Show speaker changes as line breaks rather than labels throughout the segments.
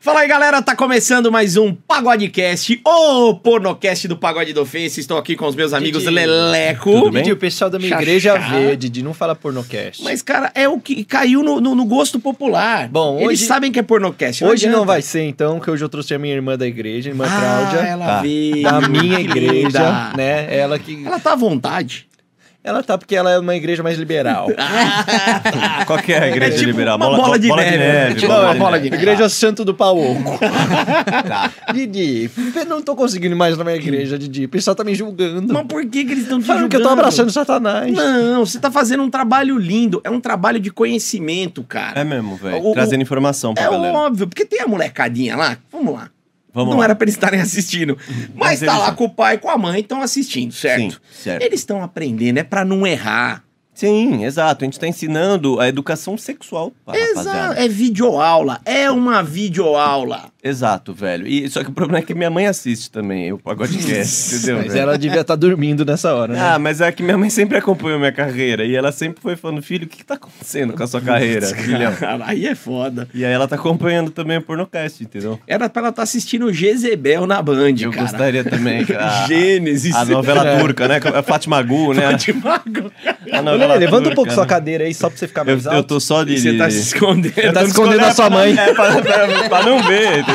Fala aí, galera, tá começando mais um Pagodecast, o pornocast do Pagode do Face. Estou aqui com os meus amigos
Didi.
Leleco.
Tudo bem? Didi, o pessoal da minha
Chachá.
igreja vê, Didi, não fala pornocast.
Mas, cara, é o que caiu no, no- no gosto popular.
Bom,
Eles
hoje-
sabem que é pornocast.
Hoje não
adianta.
vai ser, então, que hoje eu trouxe a minha irmã da igreja, irmã
Ah, é
Cláudia.
ela
tá.
veio.
Da minha
Que
igreja,
linda.
né? Ela que.
Ela tá à vontade.
Ela tá porque ela é uma igreja mais liberal. Ah.
Qual que é a igreja
É tipo
liberal?
uma bola de neve, né? Tipo
bola
uma
de
bola de
neve.
neve.
igreja Santo do Pau Oco. Didi, eu não tô conseguindo mais na minha igreja, Didi. O pessoal tá me julgando.
Mas por que, que eles estão te
Falando que eu tô
julgando?
abraçando Satanás.
Não, você tá fazendo um trabalho lindo. É um trabalho de conhecimento, cara.
É mesmo,
O-
velho.
o-
Trazendo informação pra
É
galera.
óbvio, porque tem a molecadinha lá. Vamos lá.
Vamos
não
lá. Uhum.
era pra eles estarem assistindo. Mas,
Mas
tá
eles-
lá com o pai e com a mãe, estão assistindo, certo?
Sim, certo.
Eles estão aprendendo, é pra não errar.
Sim, exato. A gente tá ensinando a educação sexual pra
Exato.
rapaziada.
É videoaula. É uma videoaula.
Exato, velho. E, só que o problema é que minha mãe assiste também o Pagodecast, entendeu,
Mas
velho?
ela devia estar dormindo nessa hora, né?
Ah, mas é que minha mãe sempre acompanhou minha carreira. E ela sempre foi falando, filho, o que, que tá acontecendo com a sua carreira, filhão?
Cara, aí é foda.
E aí ela tá acompanhando também o pornocast, entendeu?
Era pra ela estar assistindo Jezebel na Band,
Eu
cara.
gostaria também. A,
Gênesis.
a novela turca, né? A Fátima Gu, né?
de mago.
A
Ô,
novela
Lelê, levanta um
turca,
pouco
né?
sua cadeira aí, só pra você ficar mais
Eu, eu
alto.
tô só de.
Você tá
de-
se escondendo.
Tá
Eu tô
escondendo
me
a sua
pra
mãe.
não- É, pra, pra- pra não ver, entendeu?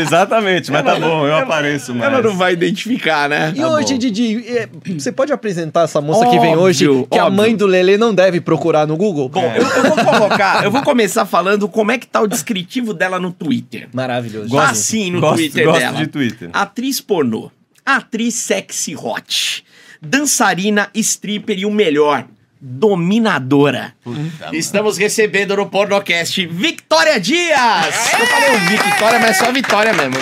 Exatamente, mas tá bom, eu apareço mais.
Ela não vai identificar, né?
E
Tá
hoje,
bom.
Didi, é, você pode apresentar essa moça
Óbvio,
que vem hoje, que a
óbvio.
mãe do Lelê não deve procurar no Google?
Bom,
É.
eu, eu vou colocar, eu vou começar falando como é que tá o descritivo dela no Twitter.
Maravilhoso.
Tá sim no
gosto,
Twitter
gosto
dela.
de Twitter.
Atriz pornô, atriz sexy hot, dançarina, stripper e o melhor, dominadora. Estamos recebendo no Pornocast Victória Dias! Eu falei o Victória, mas é só Vitória mesmo.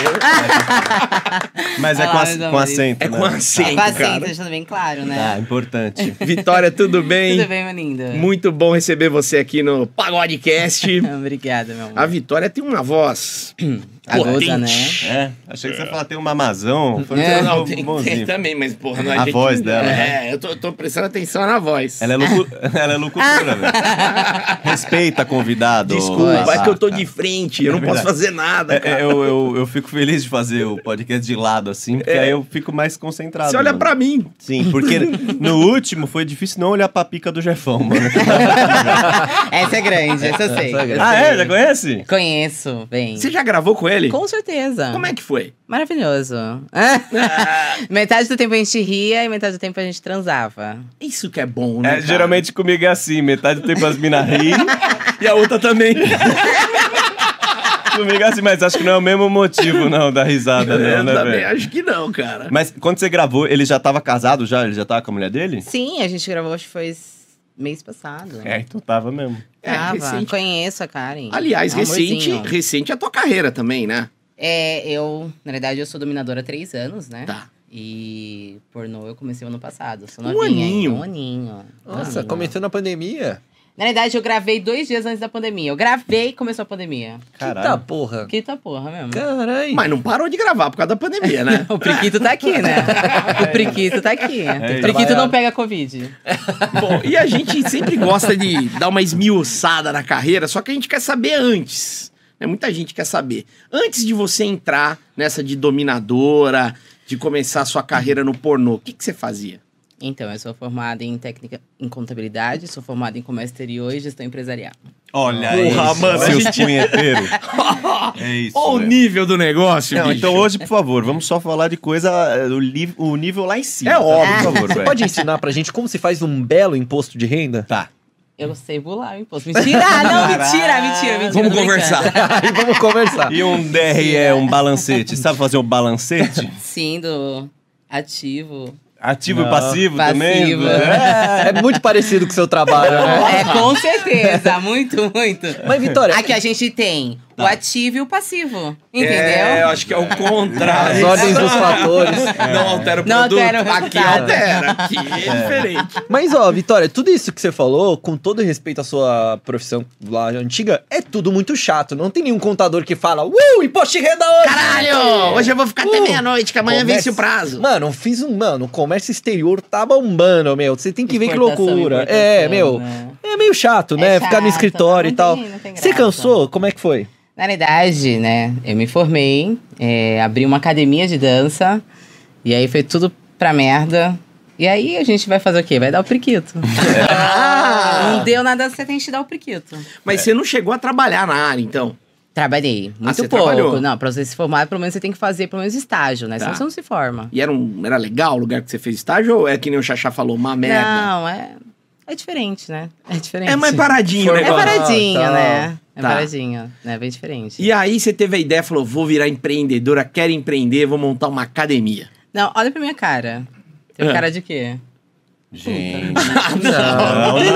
Mas é
Olha
com,
lá,
ac-
meus
com
amores.
acento.
Ah, É
né?
com acento,
Quase
cara. Tá.
sempre, tá deixando bem claro,
Ah,
né?
importante.
Vitória, tudo bem?
Tudo bem, meu lindo?
Muito bom receber você aqui no Pagodecast.
Obrigada, meu amor.
A Vitória tem uma voz
Aguda, né?
potente.
É, achei que você ia falar tem um mamazão. Foi
É,
um
Não,
algo
tem, tem
bonzinho.
também, mas porra, não
A voz dela, né?
É, eu tô, tô prestando atenção na voz.
Ela é, locu... Ela é locutora, velho. Respeita convidado.
Desculpa, é que eu tô
babaca.
de frente, eu não
É
posso
verdade.
fazer nada,
É,
cara.
é, eu, eu, eu fico feliz de fazer o podcast de lado, assim, porque aí eu fico mais concentrado.
É. Você olha
mano.
pra mim.
Sim, porque no último foi difícil não olhar pra pica do Jefão, mano.
Essa é grande, essa eu sei.
Essa é grande.
eu
ah, é?
sei.
Já conhece?
Conheço, bem.
Você já gravou com ele?
Com certeza.
Como é que foi?
Maravilhoso. Ah. metade do tempo a gente ria e metade do tempo a gente transava.
Isso que é bom, né?
É,
cara?
geralmente comigo é assim, metade do tempo as minas riem,
E a outra também.
comigo é assim, mas acho que não é o mesmo motivo, não, da risada,
eu
não, né,
também
velho?
acho que não, cara.
Mas quando você gravou, ele já tava casado já? Ele já tava com a mulher dele?
Sim, a gente gravou, acho que foi s- mês passado.
É, então tava mesmo.
É,
Tava.
recente.
Conheço a Karen.
Aliás, recente,
Amorzinho.
recente é a tua carreira também, né?
É, eu, na verdade, eu sou dominadora há três anos, né?
Tá.
E pornô eu comecei o ano passado. Sou
Um
novinha ainda,
aninho.
Um aninho. Um
Nossa,
Aninho.
começou na pandemia?
Na verdade, eu gravei dois dias antes da pandemia. Eu gravei e começou a pandemia.
Eita
Caralho.
porra.
Que tá porra mesmo.
Caralho.
Mas não parou de gravar por causa da pandemia, né?
O Priquito tá aqui, né? O Priquito tá aqui.
Tem que
o Priquito
trabalhar.
não pega Covid.
Bom, e a gente sempre gosta de dar uma esmiuçada na carreira, só que a gente quer saber antes. Né? Muita gente quer saber. Antes de você entrar nessa de dominadora, de começar a sua carreira no pornô, o que, que você fazia?
Então, eu sou formada em técnica em contabilidade, sou formada em comércio exterior e gestão empresarial.
Olha
Porra,
isso,
mano, a
seus punheteiros. É isso,
Olha o
velho.
nível do negócio,
Não,
bicho.
então hoje, por favor, vamos só falar de coisa, eh, o, li- o nível lá em cima.
É
tá?
óbvio.
Por favor,
Você
velho.
pode ensinar pra gente como se faz um belo imposto de renda?
Tá.
Eu sei bular o imposto. Mentira! Ah, Não, mentira, mentira, mentira.
Vamos
tô brincando.
conversar.
Aí vamos conversar.
E um DR é um balancete. Sabe fazer um balancete?
Sim, do ativo.
Ativo e
Não.
passivo, também?
Passivo.
É.
É muito parecido com o seu trabalho, né?
É, com certeza. Muito, muito.
Mas, Vitória,
É. Aqui a gente tem o ativo e o passivo. Entendeu?
Tá. É, eu acho que é o contrário.
as ordens dos fatores.
Não altera o
Não
produto.
altera o
Aqui
resultado.
altera. Aqui é diferente.
Mas, ó, Vitória, tudo isso que você falou, com todo respeito à sua profissão lá antiga, é tudo muito chato. Não tem nenhum contador que fala, uh, imposto de renda hoje!
Caralho! Hoje eu vou ficar até
Uh,
meia-noite, que amanhã
Comércio-
vence o prazo.
Mano, fiz um. Mano, o comércio exterior tá bombando, meu. Você tem que ver que
Exportação,
loucura.
importação,
É, meu.
né?
É meio chato, né?
É
Ficar no
chato,
escritório
não
e tal.
tem- não tem
Você
graça.
cansou? Como é que foi?
Na verdade, né, eu me formei, é, abri uma academia de dança, e aí foi tudo pra merda. E aí a gente vai fazer o quê? Vai dar o priquito.
Ah!
Não deu nada, você tem que te dar o priquito.
Mas você não chegou a trabalhar na área, então.
Trabalhei, muito
Ah, você
pouco.
trabalhou?
Não, pra você se formar, pelo menos você tem que fazer pelo menos estágio, né?
Tá.
Senão você não se forma.
E era, um, era legal o lugar que você fez estágio ou é que nem o Xaxá falou, uma merda?
Não, é, é diferente, né? É diferente.
é mais paradinho o
Foi-
É
negócio.
paradinho,
Ah, tá.
né? É
Tá.
paradinho, né? Bem diferente.
E aí você teve a ideia, falou, vou virar empreendedora, quero empreender, vou montar uma academia.
Não, olha pra minha cara. Tem
É.
cara de quê?
Gente.
Ah,
Não.
Não,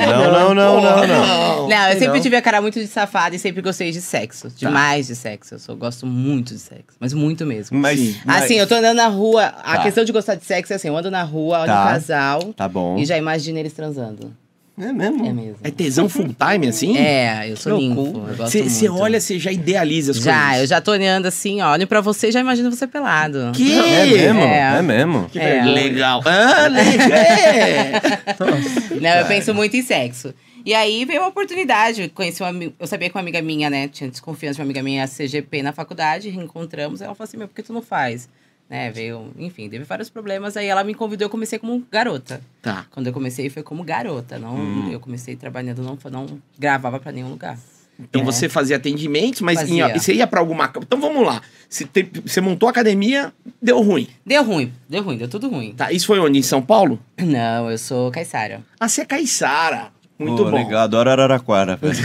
não, não, não, não, não.
não, eu
sei
sempre
não.
tive a cara muito de safada e sempre gostei de sexo. Demais de sexo. Eu sou, gosto muito de sexo. Mas muito mesmo.
Sim.
Mas, mas-
Assim, eu tô andando na rua. A
Tá.
questão de gostar de sexo é assim: eu ando na rua, olho
Tá.
um casal
Tá bom.
e já imagino eles transando.
É mesmo?
É mesmo.
É tesão full time, assim?
É, eu sou
Que
ninfo.
loucura.
Eu gosto muito.
Você olha, você já idealiza as
Já, eu
coisas.
já tô olhando assim, ó, olho pra você e já imagino você pelado.
Que?
É mesmo?
É.
É, mesmo?
É.
Legal. Ah, legal. É.
Não, né, eu penso muito em sexo. E aí veio uma oportunidade, conheci uma, ami- eu sabia que uma amiga minha, né, tinha desconfiança de uma amiga minha, a CGP, na faculdade, reencontramos, ela falou assim, meu, por que tu não faz? Né, veio, enfim, teve vários problemas, aí ela me convidou, eu comecei como garota.
Tá.
Quando eu comecei foi como garota, não, eu comecei trabalhando, não, não gravava pra nenhum lugar.
Então você fazia atendimentos, mas em-
É. Fazia.
você ia pra alguma... ca- Então vamos lá. Você, te- você montou a academia, deu ruim.
Deu ruim, deu ruim, deu tudo ruim.
Tá, isso foi onde? Em São Paulo?
Não, eu sou caiçara.
Ah, você é caiçara. Muito
Pô,
bom.
Legal, adoro Araraquara, velho.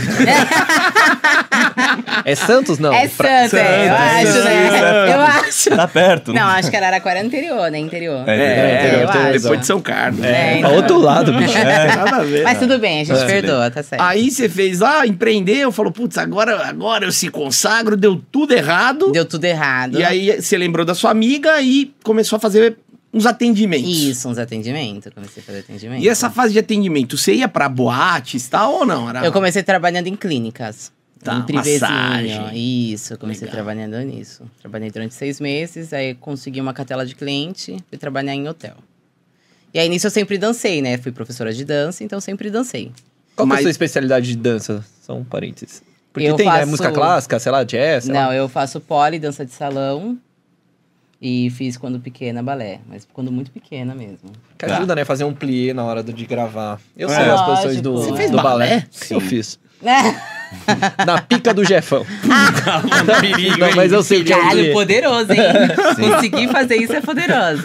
É Santos, não?
é
Pra-
Santa, eu acho,
Santos,
né?
Santos.
Eu acho.
Tá perto.
Não, acho que Araraquara é interior, né? Interior.
É,
É,
É,
eu
depois
acho.
de São Carlos.
É,
Pra
então.
outro lado, bicho.
É.
Nada a ver.
Mas tudo bem, a gente
É.
perdoa, tá certo.
Aí você fez, ah, empreendeu, falou, putz, agora, agora eu se consagro, deu tudo errado.
Deu tudo errado.
E aí você lembrou da sua amiga e começou a fazer uns atendimentos.
Isso, uns atendimentos. Comecei a fazer atendimento.
E essa fase de atendimento, você ia pra boates e tal ou não? Era...
Eu comecei trabalhando em clínicas.
Tá,
em privezinho.
massagem.
Isso, eu comecei
Legal.
trabalhando nisso. Trabalhei durante seis meses, aí consegui uma cartela de cliente, fui trabalhar em hotel. E aí nisso eu sempre dancei, né? Fui professora de dança, então sempre dancei.
Qual que é
Mas-
a sua especialidade de dança? Só um parênteses. Porque
Eu
tem, né,
faço-
música clássica, sei lá, jazz,
é
sei
Não,
lá.
eu faço pole, dança de salão. E fiz quando pequena balé, mas quando muito pequena mesmo.
Que ajuda, né, fazer um plié na hora do- de gravar. Eu
É.
sei as
Lógico.
posições do,
Você
fez
do
balé?
balé. Eu fiz.
Né?
Na pica do Jefão. Não, mas eu sei o que é um
Caralho,
plié.
poderoso, hein? Conseguir fazer isso é poderoso.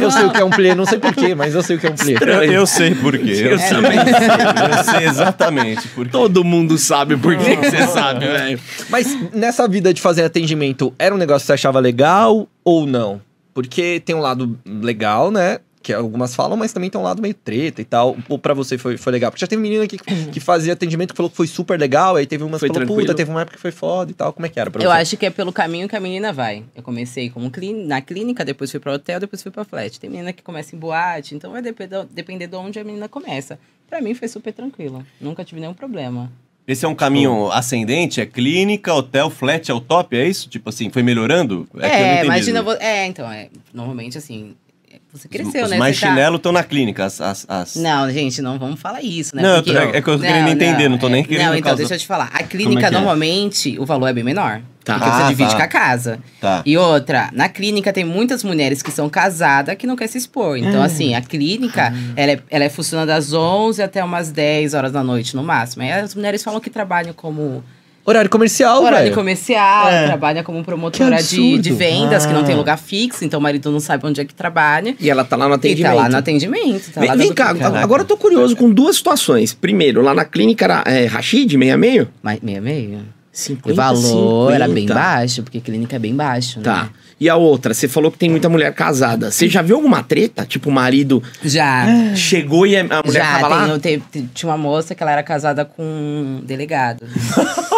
Eu sei o que é um plié, não sei porquê, mas eu sei o que é um plié.
Eu, eu sei por quê. Eu, sei.
também.
eu sei exatamente por quê.
Todo mundo sabe por que que você sabe, velho.
Mas nessa vida de fazer atendimento, era um negócio que você achava legal ou não? Porque tem um lado legal, né? Que algumas falam, mas também tem um lado meio treta e tal. Ou pra você foi, foi legal. Porque já teve menina que, que fazia atendimento que falou que foi super legal, aí teve umas que
Foi
falou,
tranquilo?
puta, teve uma época que foi foda e tal. Como é que era pra
Eu
você?
acho que é pelo caminho que a menina vai. Eu comecei como clín- na clínica, depois fui pra hotel, depois fui pra flat. Tem menina que começa em boate, então vai depender, depender de onde a menina começa. Pra mim foi super tranquilo. Nunca tive nenhum problema.
Esse é um caminho ascendente? É clínica, hotel, flat, é o top? É isso? Tipo assim, foi melhorando? que eu não
É,
entendi. né?
imagina. vo- É, então, é. Normalmente, assim, é, você cresceu,
os,
né?
Os mais
Você tá-
chinelo estão na clínica. As, as, as-
Não, gente, não vamos falar isso, né?
Não, eu tô- é que eu tô querendo entender, não tô nem
é.
querendo
Não, então,
causar-
deixa eu te falar. A
Como
clínica,
é que é?
normalmente, o valor é bem menor.
Tá.
Porque você
Ah,
divide
tá.
com a casa.
Tá.
E outra, na clínica tem muitas mulheres que são casadas que não querem se expor.
É.
Então, assim, a clínica,
Ah.
ela, é, ela é funciona das 11 até umas 10 horas da noite, no máximo. Aí as mulheres falam que trabalham como
Horário
Oh,
comercial,
horário
velho.
comercial,
É.
trabalha como promotora de,
absurdo.
de vendas, que não tem
Ah.
lugar fixo, então o marido não sabe onde é que trabalha.
E ela tá lá no
E
atendimento.
tá lá no atendimento. Tá
vem
lá
vem
dando
cá,
pica.
agora eu tô curioso com duas situações. Primeiro, lá na clínica era é, Rashid, meia meio?
Mas meia meia.
50,
O valor era bem
50.
baixo, porque clínica é bem baixo,
Tá.
né?
E a outra, você falou que tem muita mulher casada. Você já viu alguma treta? Tipo, o marido
Já.
É. chegou e a mulher
já,
tava lá?
tem, eu te- te- tinha uma moça que ela era casada com um delegado.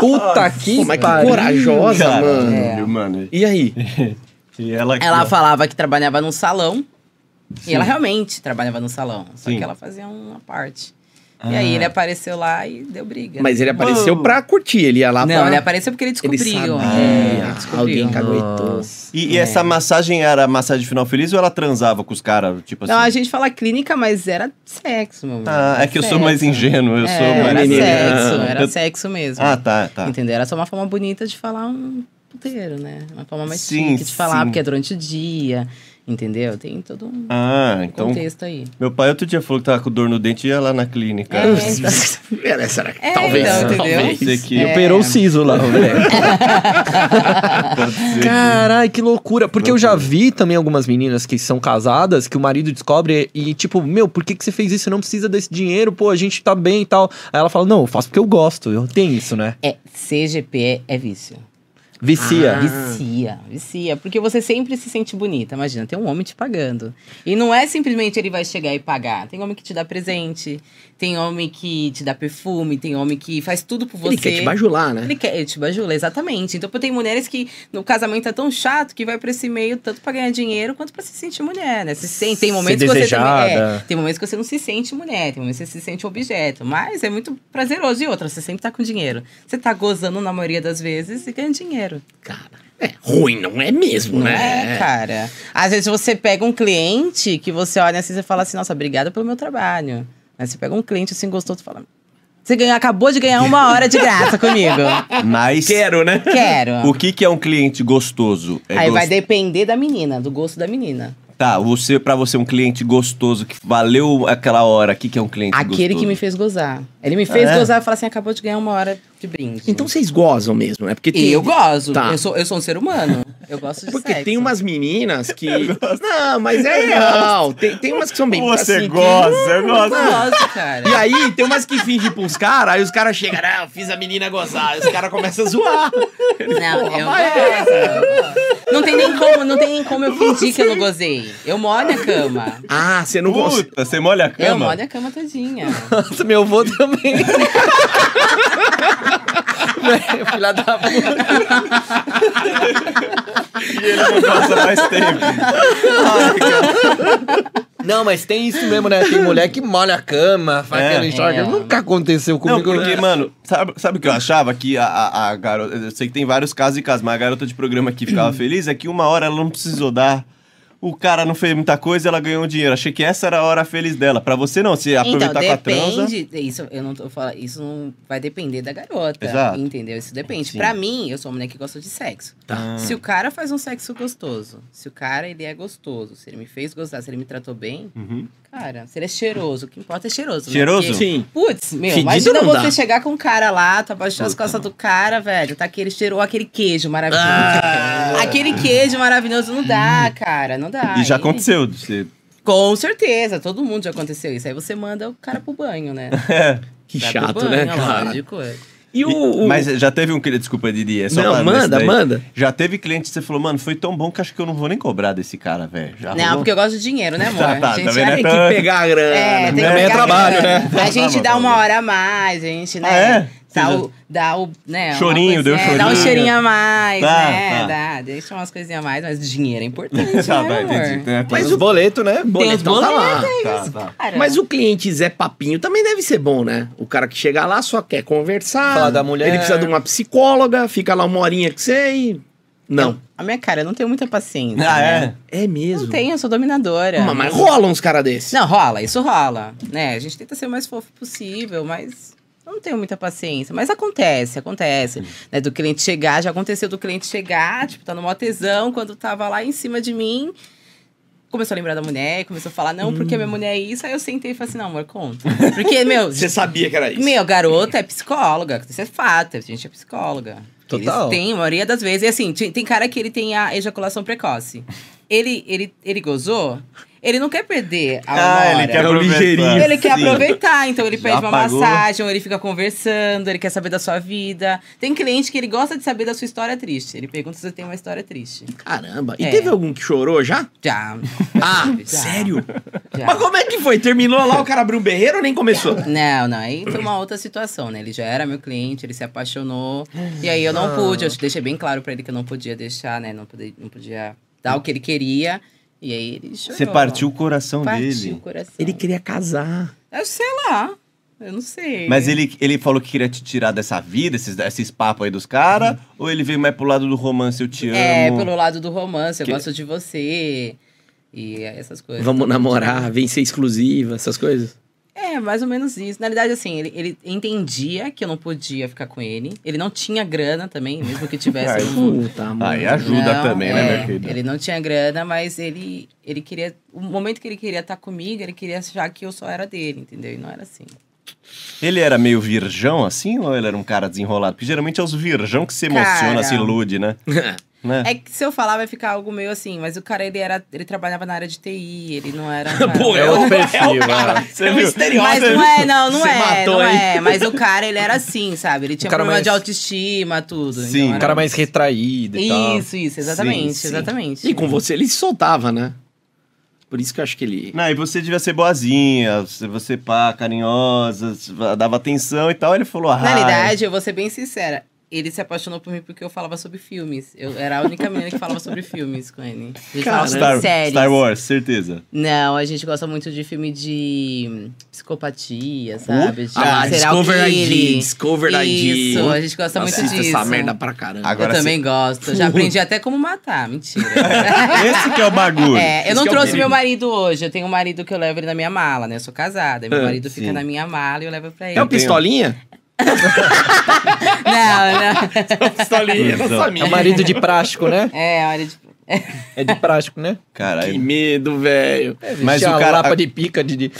Puta que
Pô, mas é que
pariu.
corajosa,
Cara,
mano.
meu mano.
E aí?
E ela...
Ela falava que trabalhava num salão. E ela realmente trabalhava num salão. Só
Sim. Ah.
que ela fazia uma parte. E aí ele apareceu lá e deu briga.
Mas ele apareceu
Uou.
pra curtir, ele ia lá
É. Não,
pra...
ele apareceu porque ele
Ele
descobriu.
sabia, Ah,
É, ele descobriu.
alguém caguetou.
E, e
É.
essa massagem era massagem final feliz ou ela transava com os caras, tipo assim?
Não, a gente fala clínica, mas era sexo, meu amor.
Ah, é que eu sou
Sexo.
mais ingênuo, eu
É,
sou mais...
Era
menino.
sexo,
Ah,
era
eu-
sexo mesmo.
Ah, tá, tá.
Entendeu? Era só uma forma bonita de falar um puteiro, né? Uma forma mais
Sim,
chique de falar,
sim.
porque é durante o dia, entendeu? Tem todo um
Ah, então...
contexto aí.
Meu pai outro dia falou que tava com dor no dente e ia lá na clínica.
É, então-
Era, será que-
É,
talvez,
então, entendeu?
talvez.
Pode ser que...
É.
Operou o siso lá, velho.
Pode ser que-
Caralho, que loucura. Porque eu já vi também algumas meninas que são casadas, que o marido descobre e, tipo, meu, por que, que você fez isso? Você não precisa desse dinheiro, pô, a gente tá bem e tal. Aí ela fala, não, eu faço porque eu gosto. Eu tenho isso, né?
É, CGP é vício.
Vicia.
Ah.
Vicia, vicia. Porque você sempre se sente bonita. Imagina, tem um homem te pagando. E não é simplesmente ele vai chegar e pagar. Tem homem que te dá presente, tem homem que te dá perfume, tem homem que faz tudo por você.
Ele quer te bajular, né?
Ele quer, ele te bajula, exatamente. Então, pô, tem mulheres que no casamento é tão chato que vai pra esse meio tanto pra ganhar dinheiro quanto pra se sentir mulher, né? Se sente, tem
Ser
momentos que você também, é,
desejada.
tem momentos que você não se sente mulher, tem momentos que você se sente objeto, mas é muito prazeroso. E outra, você sempre tá com dinheiro. Você tá gozando na maioria das vezes e ganha dinheiro.
Cara, é ruim, não é mesmo,
Não
né?
é, cara. Às vezes você pega um cliente que você olha assim e fala assim, nossa, obrigada pelo meu trabalho. Mas você pega um cliente assim, gostou, tu fala. Você ganhou, acabou de ganhar uma hora de graça comigo.
Mas
Quero, né?
Quero.
o que que é um cliente gostoso? É
Aí
gos-
vai depender da menina, do gosto da menina.
Tá, você, pra você, um cliente gostoso que valeu aquela hora, o que que é um cliente
Aquele
gostoso?
que me fez gozar. Ele me fez
Ah, é?
gozar e falar assim: acabou de ganhar uma hora de brinde.
Então vocês gozam mesmo, né? Porque tem...
E eu gosto.
Tá.
Eu, sou, eu sou um ser humano. Eu gosto de
Porque
sexo.
tem umas meninas que. Não, mas é real. Tem, tem umas que são bem.
Você
assim, que-
goza, eu
Eu
gosto.
gosto, cara.
E aí, tem umas que fingem pros caras, aí os caras chegam, ah, eu fiz a menina gozar, aí os caras começam a zoar.
Não,
Porra,
eu
mas
gosto. eu
é.
gosto. Não tem nem como, não tem nem como eu fingir que eu não
assim?
gozei. Eu molho a cama.
Ah, você não gosta.
Puta, você molha a
Eu
cama?
molho a cama todinha.
Nossa, meu avô também. Velho, Filha da puta.
E ele não gosta faz tempo.
Não, mas tem isso mesmo, né? Tem mulher que molha a cama, faz
É.
aquela enxerga.
É.
Nunca aconteceu
Não,
comigo.
porque,
né?
mano, sabe, sabe o que eu achava? Que a, a, a garota... Eu sei que tem vários casos e casos, mas a garota de programa que ficava feliz é que uma hora ela não precisou dar... O cara não fez muita coisa, ela ganhou dinheiro. Achei que essa era a hora feliz dela. Pra você não, se
Então,
aproveitar com a transa...
depende. Isso, eu não tô falando, isso não vai depender da garota.
Exato.
Entendeu? Isso depende.
Sim.
Pra mim, eu sou uma mulher que gosta de sexo.
Tá.
Se o cara faz um sexo gostoso, se o cara ele é gostoso, se ele me fez gostar, se ele me tratou bem,
Uhum.
cara, se ele é cheiroso, o que importa é cheiroso. né?
Cheiroso?
Porque-
Sim.
Putz, meu,
Fedido
imagina
não
você
dá.
chegar com um cara lá, tu abaixou as costas do cara, velho, tá aquele cheirou aquele queijo maravilhoso. Aquele queijo maravilhoso não dá, cara, não dá.
Ah! Hum. E já
Aí-
aconteceu. de Você...
Com certeza, todo mundo já aconteceu isso. Aí você manda o cara pro banho, né?
É.
Que
Vai pro
chato,
banho,
né, cara?
Lógico.
E o. o-
Mas já teve um cliente... Desculpa, Didi. É só
Não,
pra-
manda,
daí.
manda.
Já teve cliente que você falou, mano, foi tão bom que acho que eu não vou nem cobrar desse cara, velho. Já
Não,
rolou?
porque eu gosto de dinheiro, né, amor?
Tá, tá,
Gente,
tá vendo?
ai,
É
Tem
que
que pegar a grana.
É, tem que
Né?
pegar
É trabalho,
grana.
né?
A gente
Trabalho,
dá uma
trabalho.
hora a mais, a gente, né?
Ah, é?
Dá
Vocês
o, dá o, né? uma
Chorinho, deu
coisinha, é, Dá um
chorinho.
cheirinho a mais,
Tá,
né?
tá.
Dá, deixa umas coisinhas a mais, mas dinheiro é importante,
Tá,
né,
tá,
amor?
entendi. Né?
Mas o boleto, né?
Tem os
Boletão tá lá.
é
Tá, tá.
Cara,
Mas o cliente Zé Papinho também deve ser bom, né? O cara que chega lá só quer conversar.
Falar da mulher.
Ele precisa de uma psicóloga, fica lá uma horinha que você e. Não.
A minha cara, eu não tenho muita paciência.
Ah,
né?
é?
É mesmo.
Não tenho, eu sou dominadora.
Mas, mas rola uns caras desses.
Não, rola, isso rola. Né? A gente tenta ser o mais fofo possível, mas eu não tenho muita paciência. Mas acontece, acontece. Né? Do cliente chegar, já aconteceu do cliente chegar, tipo, tá no maior tesão, quando tava lá em cima de mim. Começou a lembrar da mulher, começou a falar, não, porque minha mulher é isso. Aí eu sentei e falei assim, não, amor, conta. Porque, meu,
Você sabia que era isso.
meu, garota é psicóloga. Isso é fato, a gente é psicóloga.
Total.
Eles têm, a maioria das vezes. E assim, ti- tem cara que ele tem a ejaculação precoce. Ele, ele, ele gozou, ele não quer perder a uma
Ah,
hora.
ele quer
É o
aproveitar.
ligeirinho.
Ele quer
Sim.
aproveitar, então ele
Já
pede uma
pagou.
massagem, ou ele fica conversando, ele quer saber da sua vida. Tem cliente que ele gosta de saber da sua história triste. Ele pergunta se você tem uma história triste.
Caramba. E
É.
teve algum que chorou já?
Já.
Ah,
Já.
sério?
Já.
Mas como é que foi? Terminou lá, o cara abriu um berreiro ou nem começou?
Não, não, aí foi uma outra situação, né? Ele já era meu cliente, ele se apaixonou. E aí eu
Ah.
não pude, eu deixei bem claro pra ele que eu não podia deixar, né? Não podia, não podia dar o que ele queria. E aí ele chorou.
Você partiu o coração
Partiu o
dele.
coração.
Ele queria casar.
Eu sei lá. Eu não sei.
Mas ele, ele falou que queria te tirar dessa vida, esses, esses papos aí dos
Uhum.
caras, ou ele veio mais pro lado do romance, eu te amo?
É, pelo lado do romance, eu
Que-
gosto de você. E essas coisas.
Vamos namorar, vem ser exclusiva, essas coisas.
É, mais ou menos isso. Na verdade, assim, ele, ele entendia que eu não podia ficar com ele. Ele não tinha grana também, mesmo que tivesse.
Ai,
um eu não-
Puta, mano.
Aí ajuda
Não,
também, né,
é,
meu querido?
Ele não tinha grana, mas ele, ele queria. O momento que ele queria estar comigo, ele queria achar que eu só era dele, entendeu? E não era assim.
Ele era meio virgão, assim, ou ele era um cara desenrolado? Porque geralmente é os virgão que se emociona,
Cara.
se ilude, né? Né?
É que se eu falar vai ficar algo meio assim, mas o cara ele era. Ele trabalhava na área de TI, ele não era. um cara-
Pô, é o perfil, mano.
é.
Você viu?
Mas não é, não, não
um Você
é,
matou,
não
hein?
é. Mas o cara, ele era assim, sabe? Ele tinha
O cara
problema
mais-
de autoestima, tudo.
Sim,
então
Um
era-
cara mais retraído e tal.
Isso, isso, exatamente,
Sim, sim.
exatamente.
E com você ele se soltava, né? Por isso que eu acho que ele.
Não, e você devia ser boazinha, você- você pá, carinhosa, dava atenção e tal. Ele falou, ah,
Na realidade, eu vou ser bem sincera. Ele se apaixonou por mim porque eu falava sobre filmes. Eu era a única menina que falava sobre filmes com ele. A gente falava sobre
Star,
séries.
Star Wars, certeza.
Não, a gente gosta muito de filme de hum, psicopatia, sabe? De
Ah,
serial
Discover
killer.
ID, Discover ID.
Isso, a gente gosta muito
Assista
disso.
essa merda pra caramba.
Agora-
eu também gosto. Já aprendi até como matar, mentira.
Esse que é o bagulho.
É,
Esse
eu não
que é o
trouxe
perigo.
meu marido hoje. Eu tenho um marido que eu levo ele na minha mala, né? Eu sou casada. Meu
Ah,
marido fica
sim.
na minha mala e eu levo pra ele.
É o Pistolinha?
Não, não.
Pistolinha,
não
É o marido de prático, né?
É, olha, de...
É de prático, né?
Que
Caralho.
medo, velho.
É,
Mas
vestia
o cara-
a lapa de pica de... de-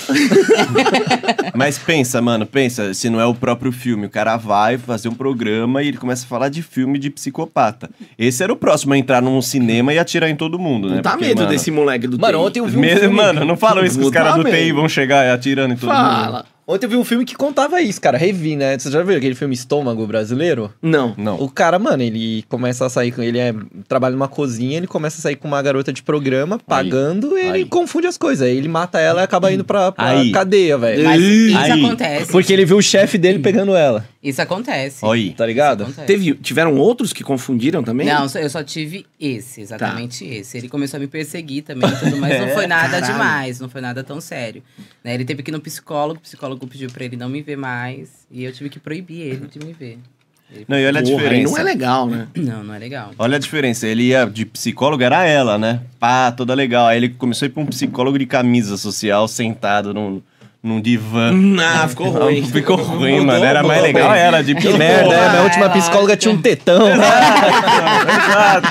Mas pensa, mano, pensa, se não é o próprio filme, o cara vai fazer um programa e ele começa a falar de filme de psicopata. Esse era o próximo a entrar num cinema e atirar em todo mundo, né?
Não tá
Porque,
medo
mano,
desse moleque do
Mano,
TI.
ontem eu vi um
Mesmo,
filme...
mano, não falam isso que os
Não
caras
tá
do TI
mesmo.
vão chegar atirando em todo mundo.
Fala.
Ontem eu vi um filme que contava isso, cara. Revi, né? Você já viu aquele filme Estômago Brasileiro?
Não.
Não.
O cara, mano, ele começa a sair com. Ele é, trabalha numa cozinha, ele começa a sair com uma garota de programa, pagando, e
Aí.
ele confunde as coisas. Aí ele mata ela e acaba indo pra, pra
Aí.
cadeia, velho.
Mas isso
Aí.
acontece.
Porque ele viu o chefe dele pegando ela,
Isso acontece.
Olha aí.
tá ligado?
Acontece.
Teve, um tiveram outros que confundiram também?
É. Não, só- eu só tive esse, exatamente esse. Ele começou a me perseguir também, e tudo, mas não foi
Tá.
nada
caralho.
demais, não foi nada tão sério. Né, ele teve que ir no psicólogo, o psicólogo pediu pra ele não me ver mais, e eu tive que proibir ele de me ver.
Não, e olha a
Porra, aí
diferença.
não é legal, né?
Não, não é legal.
Olha a diferença, ele ia de psicólogo, era ela, né? Pá, toda legal. Aí ele começou a ir pra um psicólogo de camisa social, sentado num, num divã.
Ah, ficou ruim.
Ficou ruim,
Mudou,
mano. Era mais
mudou,
legal
velho.
ela, de
Que merda, é,
né?
minha
Ah,
última
é
psicóloga
lógico.
tinha um tetão.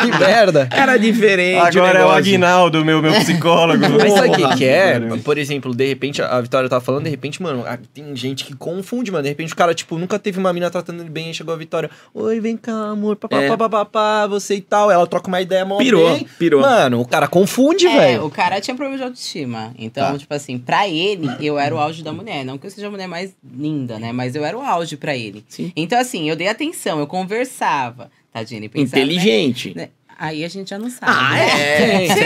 que merda.
Era diferente.
Agora é o
negócio.
Aguinaldo, meu, meu psicólogo.
Mas sabe o que,
Porra.
que é? Por exemplo, de repente, a Vitória tava falando, de repente, mano, a- tem gente que confunde, mano. De repente o cara, tipo, nunca teve uma mina tratando ele bem, aí chegou a Vitória. Oi, vem cá, amor,
É.
papapá, papapá, você e tal. Ela troca uma ideia mó
Pirou,
bem.
pirou.
Mano, o cara confunde,
É,
velho.
o cara tinha problema de autoestima. Então,
Tá.
tipo assim, pra ele, eu era o auge da mulher. Não que eu seja a mulher mais linda, né? Mas eu era o auge pra ele.
Sim.
Então, assim, eu dei atenção, eu conversava. Tadinho, ele pensava, né?
Inteligente.
Né? Aí a gente já não sabe.
Ah,
né?
é.
Sim,
Cê
sim.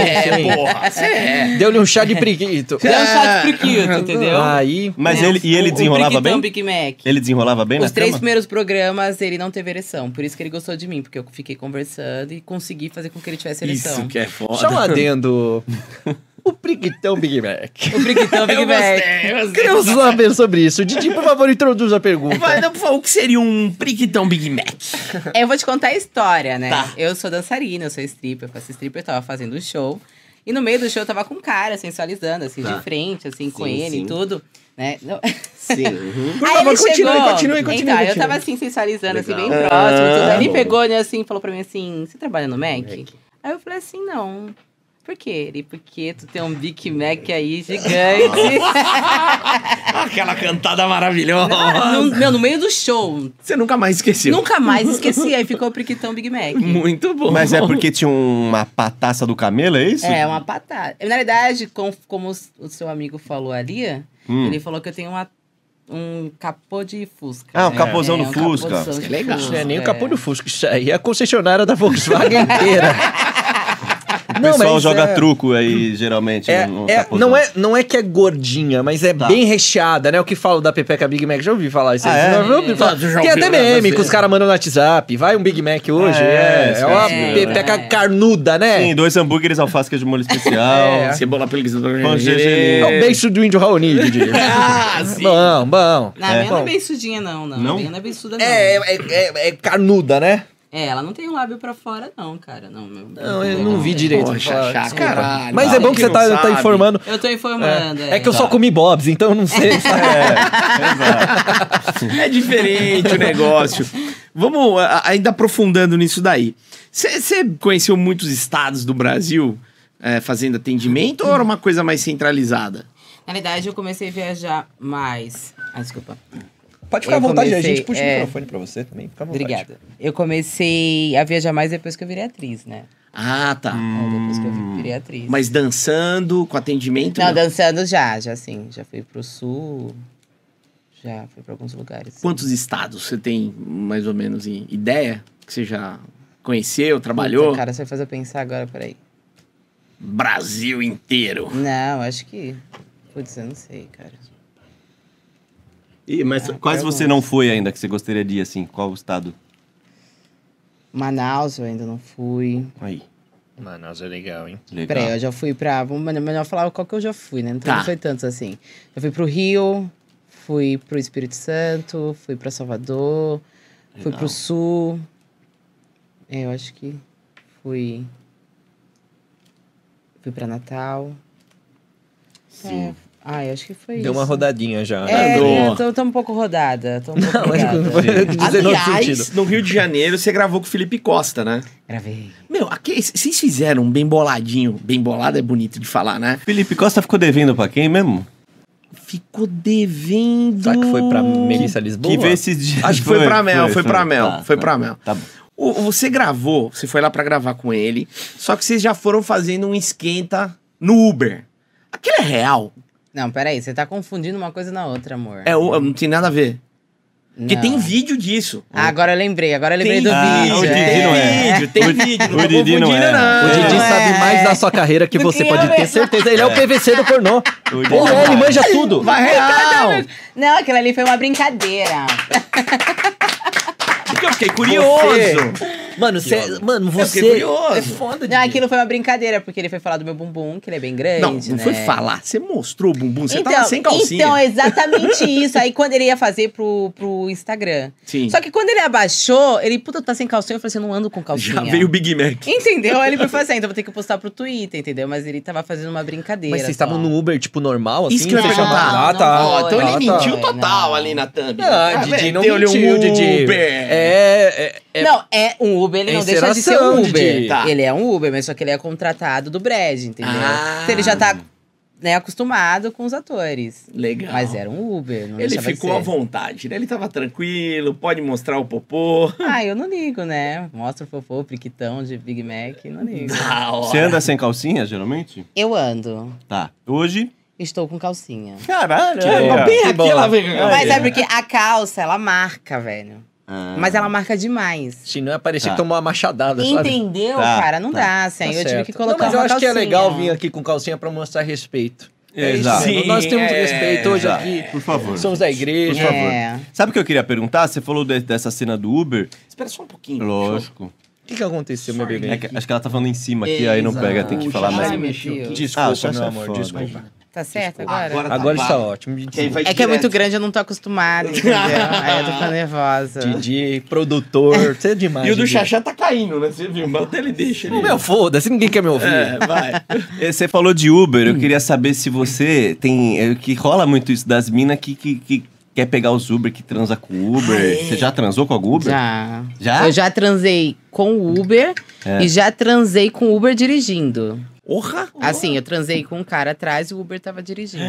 é, porra. Cê é.
Deu-lhe um chá de preguito.
Deu um chá de priquito, entendeu?
Aí.
Mas
Né?
ele, e ele
O- o
desenrolava
priquitão
bem?
Big Mac.
Ele desenrolava bem
Os
na
três
cama?
primeiros programas ele não teve ereção. Por isso que ele gostou de mim, porque eu fiquei conversando e consegui fazer com que ele tivesse ereção.
Isso que é foda.
Só um adendo. O Priquitão Big Mac.
é.
O priquitão Big
Eu
Mac.
gostei, eu gostei.
Queremos saber sobre isso. Didi, por favor, introduza a pergunta.
Vai, não, por favor, o que seria um priquitão Big Mac?
É, Eu vou te contar a história, né?
Tá.
Eu sou dançarina, eu sou stripper, eu faço stripper, eu tava fazendo um show. E no meio do show eu tava com um cara sensualizando, assim,
Tá.
de frente, assim, com
Sim,
ele
sim.
e tudo. Né? Não-
Sim.
Por favor,
ele
continue,
chegou.
continue, continue,
Então, eu
continue.
tava assim, sensualizando, assim, bem
Legal.
próximo. e tudo. Aí ele
Ah.
pegou, né, assim, falou pra mim assim: Você trabalha no Mac? Aí eu falei assim: Não. Por quê? Ele, porque tu tem um Big Mac aí gigante.
Aquela cantada maravilhosa.
no, meu, no meio do show.
Você nunca mais esqueceu.
Nunca mais esqueci. Aí ficou o Priquitão Big Mac.
Muito bom.
Mas é porque tinha uma pataça do camelo, é isso?
É, uma patada. Na verdade, com- como os- o seu amigo falou ali,
Hum.
ele falou que eu tenho uma- um capô de Fusca.
Ah, um
né?
capôzão do Fusca.
capôzão
Que
de
legal.
Não é nem o
Fusca,
capô
é.
do Fusca, isso aí é a concessionária da Volkswagen inteira.
O
Não,
pessoal
mas
joga
é-
truco aí, geralmente.
É,
no- no
é-
capotão.
não, é, não é que é gordinha, mas é
Tá.
bem recheada, né? O que falo da Pepeca Big Mac, já ouvi falar isso. aí.
Ah, é?
Não, não ouvi
É.
falar.
Já
Tem
ouvi,
até
né,
meme
você-
que os caras mandam no WhatsApp. Vai um Big Mac hoje?
Ah, é,
é, é,
isso
uma
é,
Pepeca
é.
carnuda, né?
Sim, dois hambúrgueres, alface, queijo de molho especial.
É.
Cebola preguiçadora.
Pão de gergelim.
É o beijo do índio Raoni, Didi.
Ah, sim.
Bom, bom.
Na minha não é
Bom,
beiçudinha, não, não.
Não?
A minha não é beiçuda, não.
é, é, é- é carnuda, né?
É, ela não tem um lábio pra fora, não, cara. Não, meu-
Não, eu não vi direito.
Poxa,
vou falar,
chato,
desculpa.
caralho.
Mas é
Você
bom que
que
você
não
tá, tá
sabe.
informando.
Eu tô informando.
É, é que eu só comi bobs, então eu não sei.
É diferente o negócio. Vamos a- a- ainda aprofundando nisso daí. Você conheceu muitos estados do Brasil é, fazendo atendimento ou era uma coisa mais centralizada?
Na verdade, eu comecei a viajar mais. Ah, desculpa.
Pode ficar à
Eu
vontade, a
comecei,
gente puxa
é.
o microfone pra você também. Fica à vontade.
Obrigada. Eu comecei a viajar mais depois que eu virei atriz, né?
Ah, tá.
É, Depois que eu virei atriz.
Mas dançando, com atendimento?
Não,
Não,
dançando já, já sim. Já fui pro sul, já fui pra alguns lugares.
Quantos estados você tem, mais ou menos, em ideia? Que você já conheceu, trabalhou?
Puta, cara, você vai fazer eu pensar agora, peraí.
Brasil inteiro.
Não, acho que... Putz, eu não sei, cara.
Ih, mas quais você não foi ainda que você gostaria de ir, assim? Qual o estado?
Manaus eu ainda não fui.
Aí.
Mano, é legal, hein?
Legal.
Peraí, eu já fui pra... Vamos melhor falar qual que eu já fui, né? Não
Tá.
foi tantos assim. Eu fui pro Rio, fui pro Espírito Santo, fui pra Salvador, fui
Legal.
pro Sul. É, eu acho que fui... Fui pra Natal.
Sim.
Ah, eu acho que foi
Deu
isso.
uma rodadinha já.
É,
Andou.
né, eu tô, tô um pouco rodada. Tô um pouco
Não, mas
rodada.
não foi dizer no outro sentido.
Aliás, no Rio de Janeiro, você gravou com o Felipe Costa, né?
Gravei.
Meu, aqui, vocês fizeram um bem boladinho. Bem bolado é bonito de falar, né?
Felipe Costa ficou devendo pra quem mesmo?
Ficou devendo.
Será Tá, que foi pra Melissa Lisboa?
Que vê esses dias.
Acho que foi pra Mel, foi pra Mel,
Tá,
foi
tá.
pra Mel.
Tá bom.
O- Você gravou, você foi lá pra gravar com ele, só que vocês já foram fazendo um esquenta no Uber. Aquilo é real?
Não, peraí, você tá confundindo uma coisa na outra, amor.
É, o- não tem nada a ver. Porque
Não.
tem vídeo disso.
Ah, agora eu lembrei, agora eu lembrei
Tem
do
Ah,
vídeo.
o Didi
tem
é.
não é.
vídeo, tem vídeo. Não
o
tô
Didi não
confundindo,
é.
O Didi
É.
sabe mais da sua carreira que
Do
você
que
pode
eu
ter
mesmo.
certeza. Ele é, o PVC do pornô.
O Didi
Porra, ele
não é.
manja tudo.
Vai real!
Não, aquilo ali foi uma brincadeira.
Porque eu fiquei curioso.
Você- Mano, você, mano,
Eu fiquei
você
curioso.
é foda de
Não, aquilo foi uma brincadeira, porque ele foi falar do meu bumbum, que ele é bem grande,
Não, não foi
né?
falar. Você mostrou o bumbum, você tava sem calcinha.
Então, exatamente isso. Aí quando ele ia fazer pro, pro Instagram.
Sim.
Só que quando ele abaixou, ele, puta, tá sem calcinha. Eu falei assim, eu não ando com calcinha.
Já veio o Big Mac.
Entendeu? Aí ele foi falar assim, então vou ter que postar pro Twitter, entendeu? Mas ele tava fazendo uma brincadeira.
Mas vocês estavam
só.
no Uber, tipo, normal, assim?
Isso que eu ia
Você
perguntar.
chamava- Ah, tá.
Não,
Ó,
Foi,
então
Ah,
ele
tá.
mentiu total
Não.
ali na thumb. né?
Ah, Didi não mentiu, Didi.
um É.
É, é, é-
Não, é um Uber, ele
É
não deixa de ser
encenação,
um Uber.
Didi.
Tá.
Ele é um Uber, mas só que ele é contratado do Brad, entendeu?
Ah.
Então ele já tá né, acostumado com os atores.
Legal.
Mas era um Uber, não
Ele
deixava de
ficou
ser.
à vontade, né? Ele tava tranquilo, pode mostrar o popô.
Ah, eu não ligo, né? Mostra o fofô, o priquitão de Big Mac, não ligo.
Da hora.
Você anda sem calcinha, geralmente?
Eu ando,
Tá. Hoje.
estou com calcinha.
Caralho,
É,
aí, ó.
bem
assim, Que
aqui,
bola.
ela vem.
Ah,
Mas
é.
é porque a calça, ela marca, velho.
Ah.
Mas ela marca demais.
Se não é parecer
Tá.
que tomou uma machadada, sabe?
Entendeu,
Tá,
cara? Não
tá.
dá, assim.
Tá
eu tive
certo.
que colocar
Não, mas eu
uma
acho que é
calcinha.
legal vir aqui com calcinha pra mostrar respeito. É isso
Exato.
mesmo.
Sim,
Nós temos
é.
respeito hoje aqui.
Por favor.
Somos da
Por
igreja.
favor.
É.
Sabe o que eu queria perguntar? Você falou de- dessa cena do Uber.
Espera só um pouquinho.
Lógico.
O que, que aconteceu, meu bebê?
É que- acho que ela tá falando em cima
É,
aqui, aí não pega, tem que falar
Ai,
mais.
meu Deus.
Ah,
Desculpa,
isso é
meu amor,
foda.
desculpa.
Tá certo
Desculpa.
agora?
Agora tá
Agora está
bom.
ótimo. me
Que aí vai
desculpa.
É que é
direto.
muito grande, eu não tô acostumada, entendeu? Aí eu tô ficando nervosa.
Didi, produtor, você é demais.
E o do
Didi.
Xaxá tá caindo, né? Você viu? Mas até ele deixa. Ele...
Meu, foda-se, ninguém quer me ouvir.
É, vai.
Eh, Você falou de Uber, eu queria saber se você tem. eh, que rola muito isso das minas que, que, que quer pegar os Uber, que transa com o Uber.
Ah, é?
Você já transou com algum Uber?
Já.
Já?
Eu já transei com o Uber
É.
e já transei com o Uber dirigindo.
Porra!
Assim, eu transei com um cara atrás e o Uber tava dirigindo.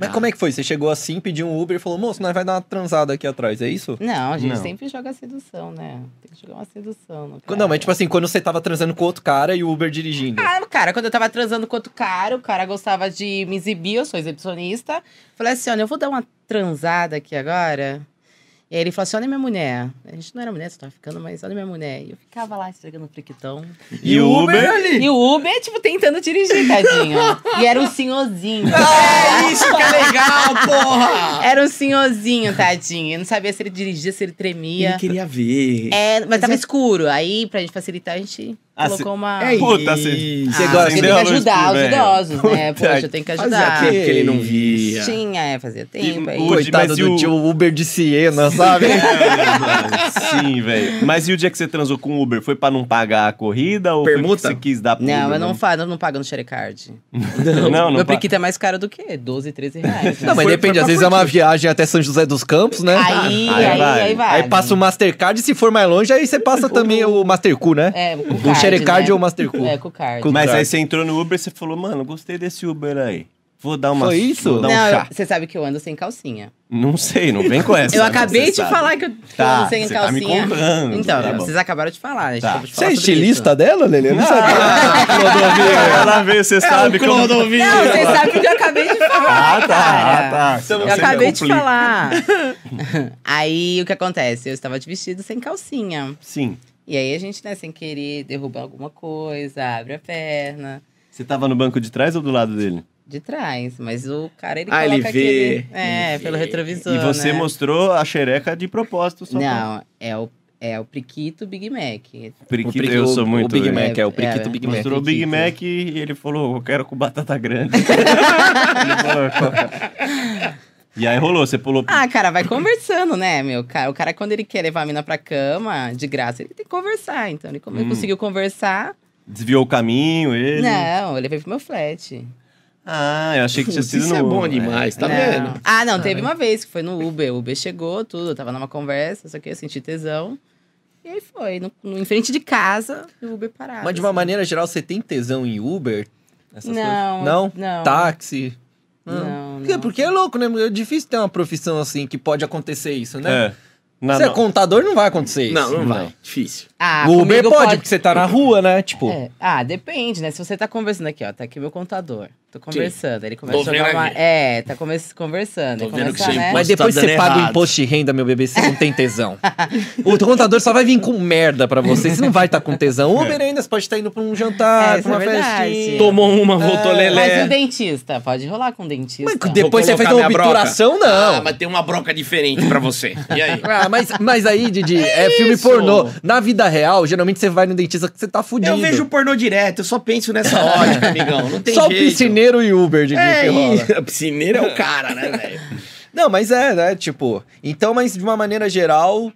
Mas como é que foi? Você chegou assim, pediu um Uber e falou, moço, nós vai dar uma transada aqui atrás, é isso?
Não, a gente
Não.
sempre joga sedução, né? Tem que jogar uma sedução. No cara.
Não, mas tipo assim, quando você tava transando com outro cara e o Uber dirigindo.
Ah, cara, quando eu tava transando com outro cara, o cara gostava de me exibir, eu sou exibicionista. Falei assim, olha, eu vou dar uma transada aqui agora. E aí ele falou assim: olha minha mulher. A gente não era mulher, você tava ficando, mas olha minha mulher. E eu ficava lá estragando o friquitão.
E o Uber?
ali?
E o Uber, tipo, tentando dirigir, tadinho. e era um senhorzinho.
É isso que é legal, porra!
Era um senhorzinho, tadinho. Eu não sabia se ele dirigia, se ele tremia.
Ele queria ver.
É, mas, tava escuro. Aí, pra gente facilitar, a gente
Ah,
colocou uma.
É
Puta,
isso.
você- É.
Ah,
você gosta-
Ah, eu
acendeu
tenho
a
que
luz
ajudar
pro
os
velho.
idosos, né?
Puta
Poxa, eu tenho que
Fazia
ajudar.
tempo que ele não via.
Tinha, é, fazia tempo. aí.
o- Hoje,
Coitado
mas e
do
o-
tio Uber de Siena, sabe?
É, Sim, velho. Mas e o dia que você transou com o Uber? Foi pra não pagar a corrida ou foi
Permuta?
porque você quis dar pro
Não,
Uber
eu não,
mesmo?
faço, eu não pago no Sharecard.
Não, não
Meu
pa-
priquito é mais caro do que 12, 13 reais. né?
Não, mas
Foi-
depende,
foi
às
pra
vezes é uma
curtir.
viagem até São José dos Campos, né?
Aí,
Aí um
aí, aí,
vai.
vai.
Aí passa o Mastercard, se for mais longe, aí você passa também o Mastercu, né?
É, com
um
o Sharecard
né?
ou o Mastercard.
É, com o card.
Com-
Mas
Contrário.
aí você entrou no Uber e você falou, mano, gostei desse Uber aí. Vou dar uma.
Foi isso?
Vou dar um
não, eu-
chá.
você sabe que eu ando sem calcinha.
Não sei, não vem com essa.
eu acabei
você
de
sabe.
falar que eu que eu
Tá,
ando sem
você tá me
calcinha.
contando,
então,
tá bom.
vocês acabaram de falar. né?
Tá.
Acabamos de
Você
falar
é
sobre
estilista dela, Lelê?
Ah.
Eu Não sabia. Ah,
É,
É
Ela veio, você sabe como- é.
Clodovil!
isso. Não, vocês sabem o que eu acabei de falar.
Ah, tá,
é, cara.
ah,
Então,
tá. Senão
Eu
você
acabei de
complica.
falar. aí o que acontece? Eu estava de vestido sem calcinha.
Sim.
E aí a gente, né, sem querer, derruba alguma coisa, abre a perna.
Você tava no banco de trás ou do lado dele?
De trás, mas o cara ele
Ah,
coloca
ele vê,
aquele. É,
ele
pelo
vê.
retrovisor.
e você
né?
mostrou a xereca de propósito só pra-
Não, é o, é o Priquito Big Mac.
Periquito,
O Periquito-
eu sou
o
muito.
Big
velho.
Mac, é, o Periquito
É,
Big Mac.
Mostrou o Big
Periquito.
Mac e ele falou, eu quero com batata grande. Ele falou, "Coca." e aí rolou, você pulou.
Ah, cara, vai conversando, né, meu? Cara, o cara, quando ele quer levar a mina pra cama, de graça, ele tem que conversar. Então, ele, como ele
Hum.
conseguiu conversar.
Desviou o caminho, ele.
Não, eu levei pro meu flat.
Ah, eu achei que tinha
Putz,
sido
isso é
no-
bom demais, tá
Não.
vendo?
Ah, não, teve uma vez que foi no Uber. O Uber chegou, tudo. Eu tava numa conversa, só que eu senti tesão. E aí foi, no, no- em frente de casa, o Uber parado.
Mas de uma
assim.
maneira geral, você tem tesão em Uber? Essas
Não,
coisas? Não?
não.
Táxi?
Não,
Porque,
não.
porque é louco, né? É difícil ter uma profissão assim que pode acontecer isso, né?
É. Na-
Você é
na-
contador, não vai acontecer isso.
Não, não vai.
Não.
Difícil.
Ah,
o Uber
comigo
pode, porque você tá na rua, né? Tipo,
É. Ah, depende, né? Se você tá conversando aqui, ó, tá aqui meu contador. Tô conversando, ele começou
Tô
a
vendo
dar uma...
aqui.
É, tá come- conversando.
Tô
ele
vendo
começa,
que você
né?
mas
Nossa, tá
depois que você
dando
paga o
errado.
imposto de renda, meu bebê, você não tem tesão. o teu contador só vai vir com merda pra você, você não vai estar com tesão. O
É.
Uber ainda, você pode estar indo pra um jantar,
É,
pra uma
isso é verdade.
festinha.
Tomou uma, voltou
Mas
lelé.
o dentista, pode rolar com o dentista.
é- Mas depois você
Vou
fez
colocar
uma
minha
obturação,
broca.
não.
Ah, mas tem uma broca diferente pra você. E aí?
Ah, mas, mas aí, Didi, é, filme pornô. Na vida real, geralmente você vai no dentista que você tá fudido.
Eu vejo pornô direto, eu só penso nessa ótica, amigão. Não tem
Só o
jeito.
piscineiro e Uber, Didi,
É,
que rola.
e... piscineiro é o cara, né, velho?
Não, mas é, né? Tipo, então, mas de uma maneira geral.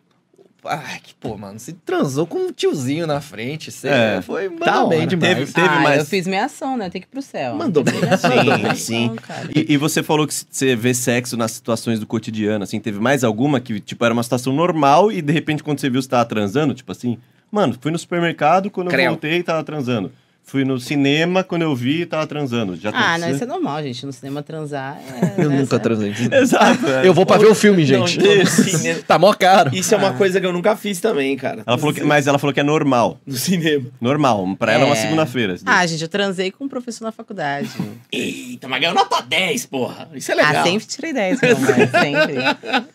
Ai, que pô, mano, você transou com um tiozinho na frente. Você
É.
foi manda
Da
bem
hora.
demais.
Teve-
ah,
mais-
eu fiz minha ação, né? Tem que ir pro céu.
Mandou bem.
né?
Sim, sim. E, e você falou que você vê sexo nas situações do cotidiano, assim, teve mais alguma que, tipo, era uma situação normal e de repente quando você viu você tava transando, tipo assim, mano, fui no supermercado, quando eu
Creu.
voltei, tava transando. Fui no cinema, quando eu vi, tava transando. Já
Ah, não,
aconteceu?
isso é normal, gente. No cinema transar é...
Eu
né,
nunca
essa-
transei.
Exato. é.
Eu vou pra ver o filme,
Não,
gente.
então, no cinema-
tá mó caro.
Isso é uma coisa que eu nunca fiz também, cara.
Ela falou que, mas ela falou que é normal.
No cinema.
Normal. Pra ela é uma
É.
segunda-feira.
Ah, gente, eu transei com um professor na faculdade.
Eita, mas ganhou nota 10, porra. Isso é legal.
ah, sempre tirei 10, meu amor. Sempre.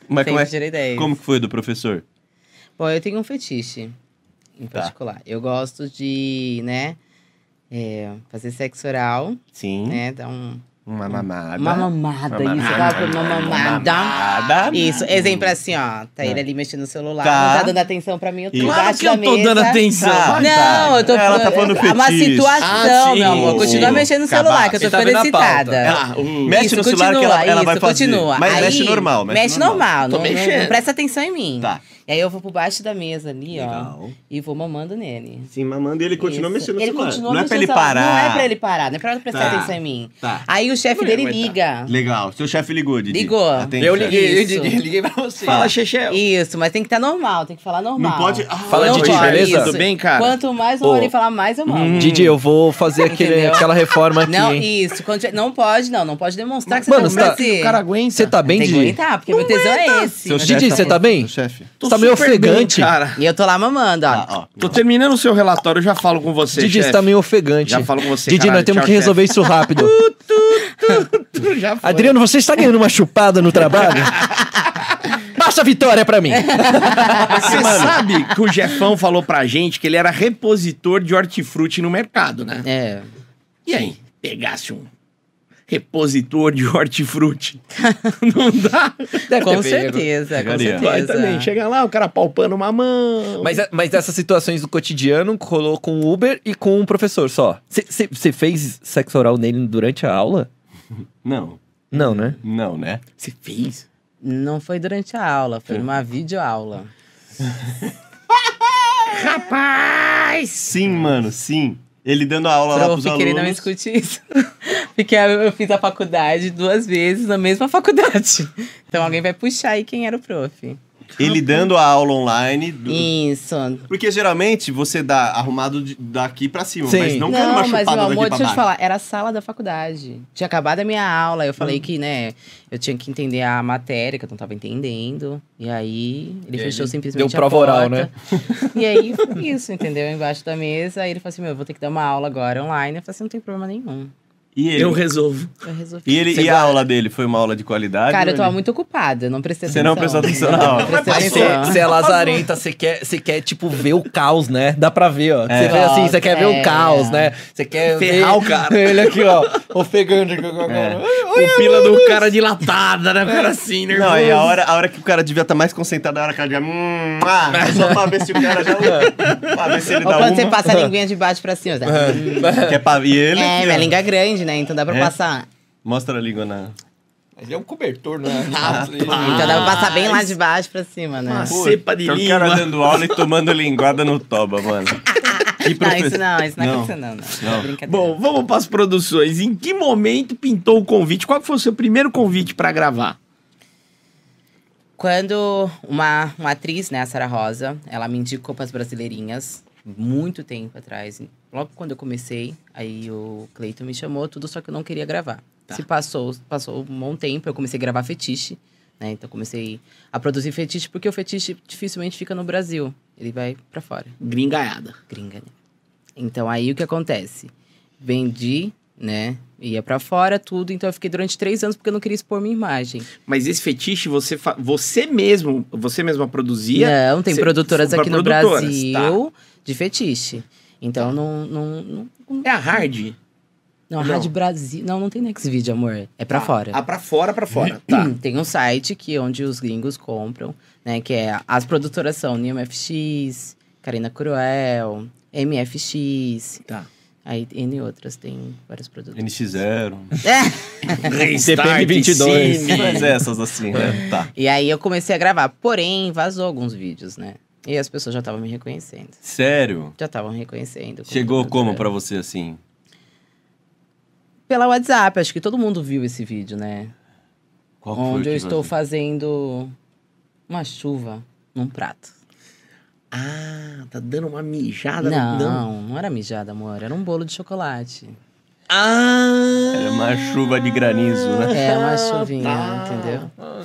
mas como,
sempre
é,
tirei 10.
como que foi do professor?
Bom, eu tenho um fetiche em
Tá.
particular. Eu gosto de, né, é, fazer sexo oral,
Sim.
né, dar um,
Uma Hum? mamada.
uma mamada,
Uma
isso,
mamada.
dá pra uma mamada.
Mamada. É.
Isso, exemplo assim, ó, tá ele ali mexendo no celular,
Tá.
não tá dando atenção pra mim, eu tô
Isso.
Claro
embaixo
que eu
da
tô
mesa.
dando atenção.
Tá.
Não, eu tô
Ela tá falando
É uma
fetiche.
situação,
Ah, sim.
meu amor. Continua
O-
mexendo no
cabaço.
celular, que eu tô
Ele tá
ficando
vendo a pauta.
excitada.
Ah, o...
Mexe no celular que ela- ela vai fazer.
continua.
Mas
Aí,
mexe normal, mexe normal.
normal.
Tô
não- não,
mexendo.
não presta atenção em mim.
Tá.
E aí eu vou por baixo da mesa ali, ó.
Legal.
E vou mamando nele.
Sim, mamando e ele continua
Isso.
mexendo no
ele
celular.
Continua
não é pra
mexendo
ele
no celular.
parar.
Não é pra ele parar, não é pra ela prestar
Tá.
atenção em mim.
Tá.
Aí o chefe
Não
dele
aguentar.
liga.
Legal. Seu chefe ligou, Didi.
Ligou.
Atende,
Eu
chefe.
liguei,
Isso.
eu liguei pra você.
Fala, é Chechel.
Isso, mas tem que estar normal, tem que falar normal.
Não pode. Ah,
Fala,
Não
Didi,
pode,
beleza?
isso.
Tudo bem, cara?
Quanto mais eu
Ô.
olho falar, mais eu mamo.
Hum.
Didi, eu vou fazer aquele,
Entendeu?
aquela reforma aqui.
Não,
hein?
isso. quando- Não pode, não. Não pode demonstrar que você
Mano,
tá
você
com
tá-
prazer.
O cara aguenta.
Você tá bem,
Tem que
Didi?
aguentar, porque meu tesão é esse.
Seu
Meu
chefe
Didi,
tesão é
você tá
esse.
bem?
Seu chefe.
Tô
Você tá meio
super bem,
ofegante.
cara.
E eu tô lá mamando, ó.
Ah, ó.
Tô terminando o seu relatório, eu já falo com você,
Didi,
chefe.
você tá meio ofegante.
Já falo com você,
Didi,
caralho,
nós temos
tchau,
que resolver isso rápido.
já foi.
Adriano, você está ganhando uma chupada no trabalho? Baixa a vitória pra mim.
Você sabe que o Jefão falou pra gente que ele era repositor de hortifruti no mercado, né?
É.
E aí, pegasse um repositor de hortifruti? Não dá?
Deve
Com
ter pego.
certeza, com
Pegaria.
certeza.
Vai também, chega lá, o cara palpando uma mão.
Mas, é- mas essas situações do cotidiano rolou com o Uber e com o professor só. Você fez sexo oral nele durante a aula?
Não,
Não, né?
não, né?
Você fez?
Não foi durante a aula,
É.
foi numa videoaula.
Rapaz!
Sim, mano, sim. Ele dando a aula lá pros
Prof, que ele
alunos.
É. não escute isso. Porque eu eu fiz a faculdade duas vezes na mesma faculdade. Então alguém vai puxar aí quem era o prof.
Ele dando a aula online. do-
Isso.
Porque geralmente você dá arrumado de- daqui pra cima,
Sim.
mas não,
Não,
quer uma
mas
chupada
meu
daqui
amor,
pra
deixa eu te
baixo.
falar, era a sala da faculdade. Tinha acabado a minha aula, eu
Hum.
falei que, né, eu tinha que entender a matéria, que eu não tava entendendo. E aí, ele
E aí
fechou
ele
simplesmente
deu prova
a porta.
oral, né?
E aí, foi isso, entendeu? Embaixo da mesa, aí ele falou assim, meu, eu vou ter que dar uma aula agora online. Eu falei assim, não tem problema nenhum.
E ele,
Eu resolvo.
Eu resolvi.
e, ele- e a aula dele foi uma aula de qualidade?
Cara, eu
ou
tava
ele-
muito ocupada, eu não prestei
Você
atenção.
não prestou atenção na aula.
Não prestei
Mas
atenção.
você-
Você é lazarenta, você quer, você quer, tipo, ver o caos, né? Dá pra ver, ó. Você
É.
vê assim, você quer ver o
É.
caos, né? Você quer
Ferrar
ver
o cara.
Ele aqui, ó, ofegante. com a
É.
cara.
Pupila do cara dilatada, né? O cara assim, nervoso.
Não, e a hora, a hora que o cara devia estar mais concentrado, a hora que ela já. Hum, ah, só pra ver se o cara já. pra ver se ele
Ou
dá
quando você
uma.
passa a linguinha de baixo pra cima. Assim,
Que é pra... E ele.
é,
aqui,
minha
ó.
língua é grande, né? Então dá pra
É?
passar.
Mostra a língua na.
Ele Ah. é um cobertor, né?
Então dá pra passar bem lá de baixo pra cima, né?
Nossa. Cepa de
Tem um
língua.
cara dando aula e tomando linguada no toba, mano. Que
Não, isso
professor.
não, isso não,
Não.
aconteceu, não. Não, Isso é brincadeira.
Bom, vamos para as produções. Em que momento pintou o convite? Qual que foi o seu primeiro convite pra gravar?
Quando uma, uma atriz, né, a Sara Rosa, ela me indicou para as brasileirinhas, muito tempo atrás, logo quando eu comecei, aí o Cleiton me chamou, tudo só que eu não queria gravar.
Tá.
Se passou, passou um bom tempo, eu comecei a gravar fetiche, né? Então comecei a produzir fetiche, porque o fetiche dificilmente fica no Brasil, ele vai para fora
Gringaiada.
gringa, né? Então aí o que acontece? Vendi, né? Ia pra fora, tudo. Então eu fiquei durante três anos porque eu não queria expor minha imagem.
Mas esse fetiche você, fa- você mesmo, você mesma produzia?
Não, tem
Cê-
produtoras
pra
aqui no
produtoras, tá?
Brasil de fetiche. Então não. Não, não,
É a hard.
não, a
Não.
Rádio Brasil. Não, não tem next vídeo, amor. É pra
Tá.
fora.
Ah, pra fora, pra fora. Tá.
Tem um site que onde os gringos compram, né? Que é as produtoras são NMFX, Karina Cruel, MFX.
Tá.
Aí, N outras, tem É. várias produtoras.
NX0.
Restart,
CPM22.
sim.
Mas é essas assim, né? Tá.
E aí eu comecei a gravar. Porém, vazou alguns vídeos, né? E as pessoas já estavam me reconhecendo.
Sério?
Já estavam reconhecendo.
Chegou como pra
produtora.
você assim?
Pela WhatsApp, acho que todo mundo viu esse vídeo, né?
Qual que foi o
Onde eu
que
estou
você-
fazendo uma chuva num prato.
Ah, tá dando uma mijada.
Não, não, era mijada, amor. Era um bolo de chocolate.
Ah!
Era uma É chuva de granizo, né?
É, uma
Ah,
chuvinha,
tá.
entendeu?
Ah.